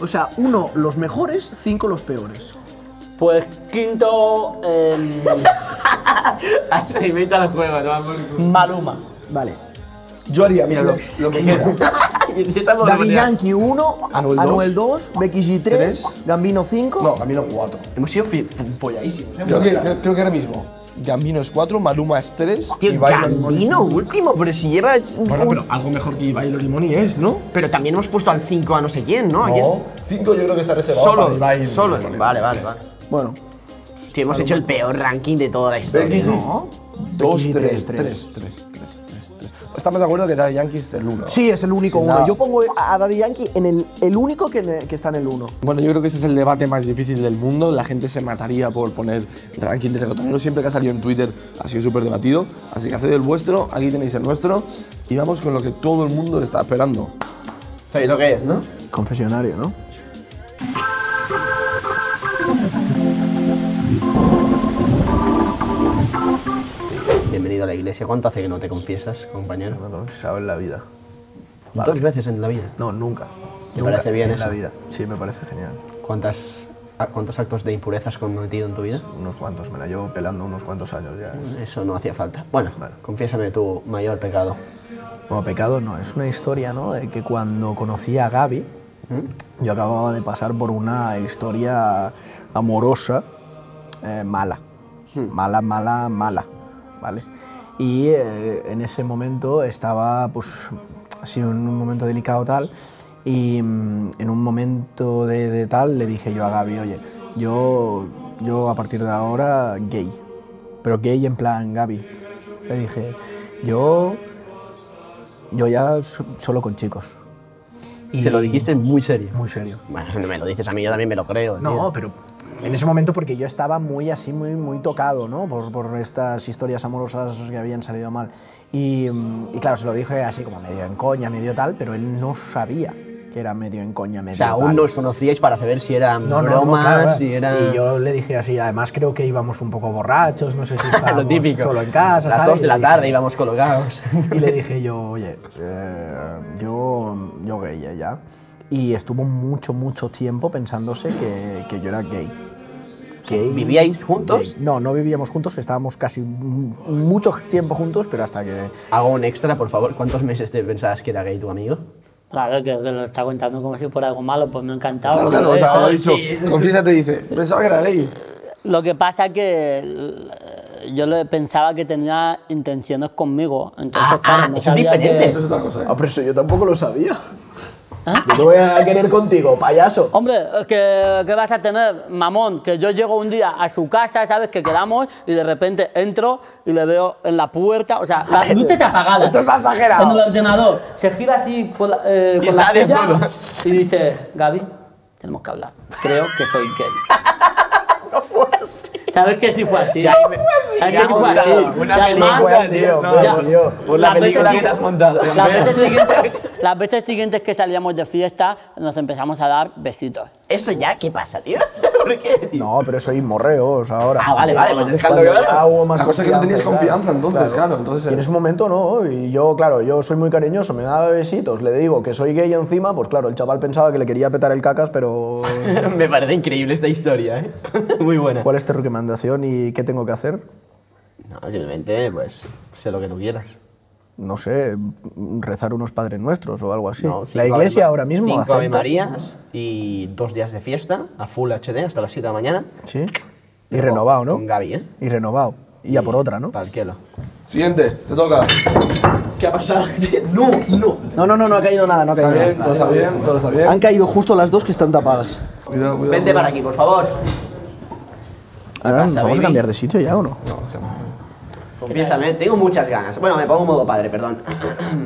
D: O sea, uno los mejores, cinco los peores.
C: Pues quinto, em,
B: Se invita el juego, no vamos.
C: Maluma.
D: Vale.
A: Yo haría, mira, lo, lo que quiera.
D: Daddy Yankee 1,
A: Anuel dos.
D: Anuel 2, Becky G 3,
A: Tres.
D: Gambino 5.
A: No, Gambino 4.
B: Hemos sido folladísimos. ¿eh?
A: Creo que, creo, creo que ahora mismo. Gambino es 4, Maluma es 3 y Bailor.
B: Gambino último, pero si llevas.
A: Bueno, pero algo mejor que Bailor y Moni es, ¿no?
B: Pero también hemos puesto al 5 a no sé quién, ¿no? ¿A quién?
A: No, 5 yo creo que está reservado.
B: Solo,
A: para Ibai y
B: solo.
A: Moni.
B: Vale, vale, vale.
D: Bueno,
B: Hostia, hemos hecho el peor ranking de toda la historia.
A: Becky G.
D: No.
A: 2,
D: Becky G,
A: 3, 3,
D: tres,
A: 3, 3, 3, 3. Estamos de acuerdo que Daddy Yankee es el 1.
D: sí, es el único
A: Sin
D: uno.
A: nada.
D: Yo pongo a Daddy Yankee en el, el único que, en el- que está en el 1.
A: Bueno, yo creo que este es el debate más difícil del mundo. La gente se mataría por poner ranking de reggaetoneros. Siempre que ha salido en Twitter ha sido súper debatido. Así que haced el vuestro, aquí tenéis el nuestro. Y vamos con lo que todo el mundo está esperando.
B: ¿Sabéis lo que es, no?
D: Confesionario, ¿no?
B: Bienvenido a la iglesia. ¿Cuánto hace que no te confiesas, compañero?
D: No se sabe en la vida.
B: Dos veces en la vida.
D: No, nunca.
B: Me parece bien eso.
D: vida. Sí, me parece genial.
B: ¿Cuántas, a- ¿Cuántos actos de impureza has cometido en tu vida?
D: Unos cuantos, me la llevo pelando unos cuantos años ya.
B: Eso no hacía falta. Bueno,
D: Vale.
B: confiésame tu mayor pecado.
D: Bueno, pecado no, es una historia, ¿no? De que cuando conocí a Gaby, yo acababa de pasar por una historia amorosa eh, mala. Mala, mala, mala, ¿vale? Y eh, en ese momento estaba, pues, así en un momento delicado tal, y mm, en un momento de, de tal le dije yo a Gaby, oye, yo, yo a partir de ahora gay, pero gay en plan Gaby. Le dije, yo yo ya so- solo con chicos. Y
B: Se lo dijiste muy serio.
D: Muy serio.
B: Bueno, me lo dices a mí, yo también me lo creo.
D: No,
B: tío.
D: pero en ese momento porque yo estaba muy así, muy, muy tocado, ¿no? Por, por estas historias amorosas que habían salido mal. Y, mm, y claro, se lo dije así como medio en coña, medio tal, pero él no sabía que era medio en coña, medio
B: O sea, aún
D: tal.
B: no os conocíais para saber si eran
D: No, no, no,
B: bromas,
D: claro,
B: si
D: claro.
B: era.
D: Y yo le dije así, además creo que íbamos un poco borrachos, no sé si estábamos solo en casa.
B: Las
D: ¿sabes?
B: 2 de
D: Y
B: la
D: le dije-
B: tarde íbamos colocados.
D: Y le dije yo, oye, eh, yo, yo gay eh, ya. Y estuvo mucho, mucho tiempo pensándose que, que yo era gay. Gay,
B: ¿Vivíais juntos?
D: gay. No, no vivíamos juntos, estábamos casi mu- mucho tiempo juntos, pero hasta que...
B: Hago un extra, por favor. ¿Cuántos meses te pensabas que era gay tu amigo?
C: Claro, que, que lo está contando como si fuera algo malo, pues me ha encantado.
A: Claro, claro,
C: Eh,
A: o sea,
C: eh,
A: ha dicho,
C: sí.
A: confiésate, dice, pensaba que era ley.
C: Lo que pasa que eh, yo le pensaba que tenía intenciones conmigo. Entonces,
B: Ah, ah,
C: claro,
B: eso
C: no
B: es
C: sabía
B: diferente.
C: que-
D: Ah,
A: Eso es otra cosa. ¿eh?
D: pero eso yo tampoco lo sabía.
B: ¿Ah?
D: Yo te voy a querer contigo, payaso.
C: Hombre, ¿qué, qué vas a tener, mamón? Que yo llego un día a su casa, ¿sabes? Que quedamos y de repente entro y le veo en la puerta, o sea, las luces apagadas.
D: Esto es exagerado.
C: En el ordenador. Se gira así con la, eh,
B: Y
C: con la
B: está
C: silla
B: desnudo.
C: y dice, Gaby, tenemos que hablar. Creo que soy gay. ¿Sabes que sí fue así?
B: No fue así.
C: ¿Sabes que sí fue así?
B: Una
C: Y además-
B: película, tío,
D: por
C: Ya-
D: Dios.
B: Por la
C: las veces
B: película que
C: sigui-
B: te has montado.
C: Las veces, siguientes, las veces siguientes que salíamos de fiesta nos empezamos a dar besitos.
B: ¿Eso ya qué pasa, tío? ¿Por qué, tío?
D: No, pero soy morreos ahora.
B: Ah, vale, vale, pues dejadlo
D: Cuando ya
B: claro.
D: hubo más
A: La cosa es que no tenías confianza entonces, claro, entonces eh.
D: en
A: era-
D: ese momento no, y yo, claro, yo soy muy cariñoso, me daba besitos, le digo que soy gay encima, pues claro, el chaval pensaba que le quería petar el cacas, pero... eh,
B: Me parece increíble esta historia, ¿eh? Muy buena.
D: ¿Cuál es tu recomendación y qué tengo que hacer?
B: No, simplemente, pues, sé lo que tú quieras.
D: No sé, rezar unos Padres Nuestros o algo así.
B: No,
D: La
B: cinco
D: iglesia
B: Ave-
D: ahora mismo
B: Cinco Ave
D: acepta...
B: Marías y dos días de fiesta a full HD hasta las 7 de la mañana.
D: Sí. Y renovado, ¿no?
B: Con Gaby, ¿eh?
D: Y renovado. Y a por otra, ¿no?
B: Parquelo.
A: Siguiente, te toca.
B: ¿Qué ha pasado? no, no.
D: No, no, no, no ha caído nada, no ha
A: Está
D: caído
A: bien,
D: nada.
A: todo está bien, todo está bien.
D: Han caído justo las dos que están tapadas.
A: Cuidado, cuidado.
B: Vente para aquí, por favor.
D: Ahora, ¿nos
B: pasa, baby?
D: ¿vamos a cambiar de sitio ya o no?
B: Confiésame, tengo muchas ganas. Bueno, me pongo modo padre, perdón.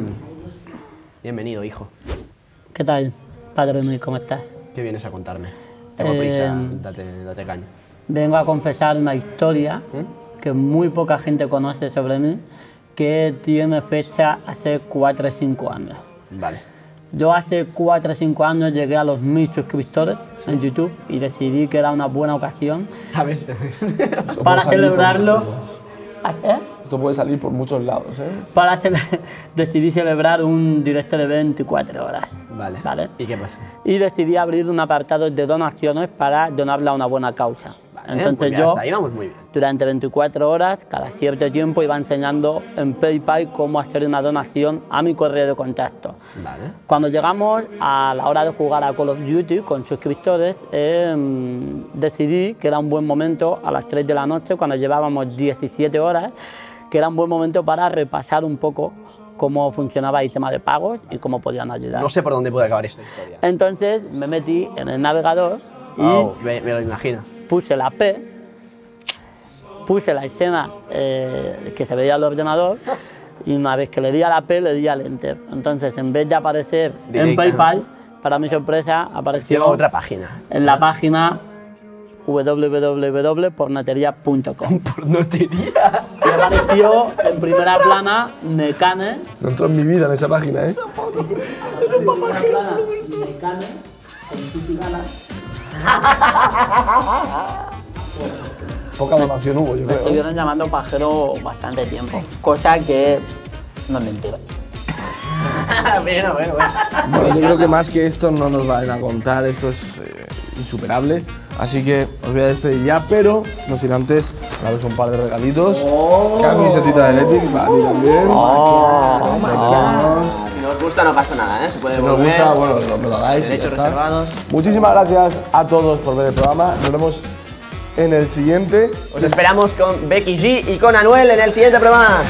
B: Bienvenido, hijo.
C: ¿Qué tal, padre mío? ¿Cómo estás?
B: ¿Qué vienes a contarme? Tengo
C: Eh,
B: prisa, date, date caña.
C: Vengo a confesar una historia
B: ¿Mm?
C: que muy poca gente conoce sobre mí, que tiene fecha hace 4 o 5 años.
B: Vale.
C: Yo hace 4 o 5 años llegué a los 1000 suscriptores en YouTube y decidí que era una buena ocasión
B: A ver, a ver.
C: para
A: salir por
C: celebrarlo. ¿Eh?
A: Esto puede salir por muchos lados, ¿eh?
C: Para cele- decidí celebrar un directo de 24 horas.
B: Vale.
C: Vale.
B: ¿Y qué pasa?
C: Y decidí abrir un apartado de donaciones para donarla a una buena causa.
B: Vale, muy
C: Entonces
B: bien,
C: yo,
B: hasta ahí vamos muy bien.
C: durante 24 horas, cada cierto tiempo, iba enseñando en PayPal cómo hacer una donación a mi correo de contacto.
B: Vale.
C: Cuando llegamos a la hora de jugar a Call of Duty con suscriptores, eh, mm, decidí que era un buen momento a las 3 de la noche, cuando llevábamos 17 horas, que era un buen momento para repasar un poco cómo funcionaba el tema de pagos y cómo podían ayudar.
B: No sé por dónde puede acabar esta historia.
C: Entonces me metí en el navegador y
B: Oh, me, me lo imagino.
C: puse la P, puse la escena eh, que se veía al ordenador y una vez que le di a la P le di al Enter. Entonces en vez de aparecer en
B: Directa.
C: PayPal, para mi sorpresa
B: Lleva
C: apareció
B: otra página.
C: en la página www.pornatería.com.
B: Pornotería.
C: Y apareció en primera plana Necane.
A: No entro en mi vida en esa página, ¿eh?
C: primera plana, Necane, con Titi Gala.
A: Poca donación hubo, yo creo.
C: Estuvieron llamando pajero bastante tiempo, cosa que no es mentira.
B: bueno, bueno, bueno.
A: Bueno, yo creo que más que esto no nos van a contar, esto es eh, insuperable. Así que os voy a despedir ya, pero no sin antes daros un par de regalitos.
B: Oh.
A: Camisetita de Letic, para mí también.
B: Si no os gusta, no pasa nada, ¿eh? Se puede
A: Si nos
B: volver.
A: gusta, bueno, lo- me lo dais y ya
B: Derechos
A: está.
B: reservados.
A: Muchísimas gracias a todos por ver el programa. Nos vemos en el siguiente.
B: Os esperamos con Becky G y con Anuel en el siguiente programa.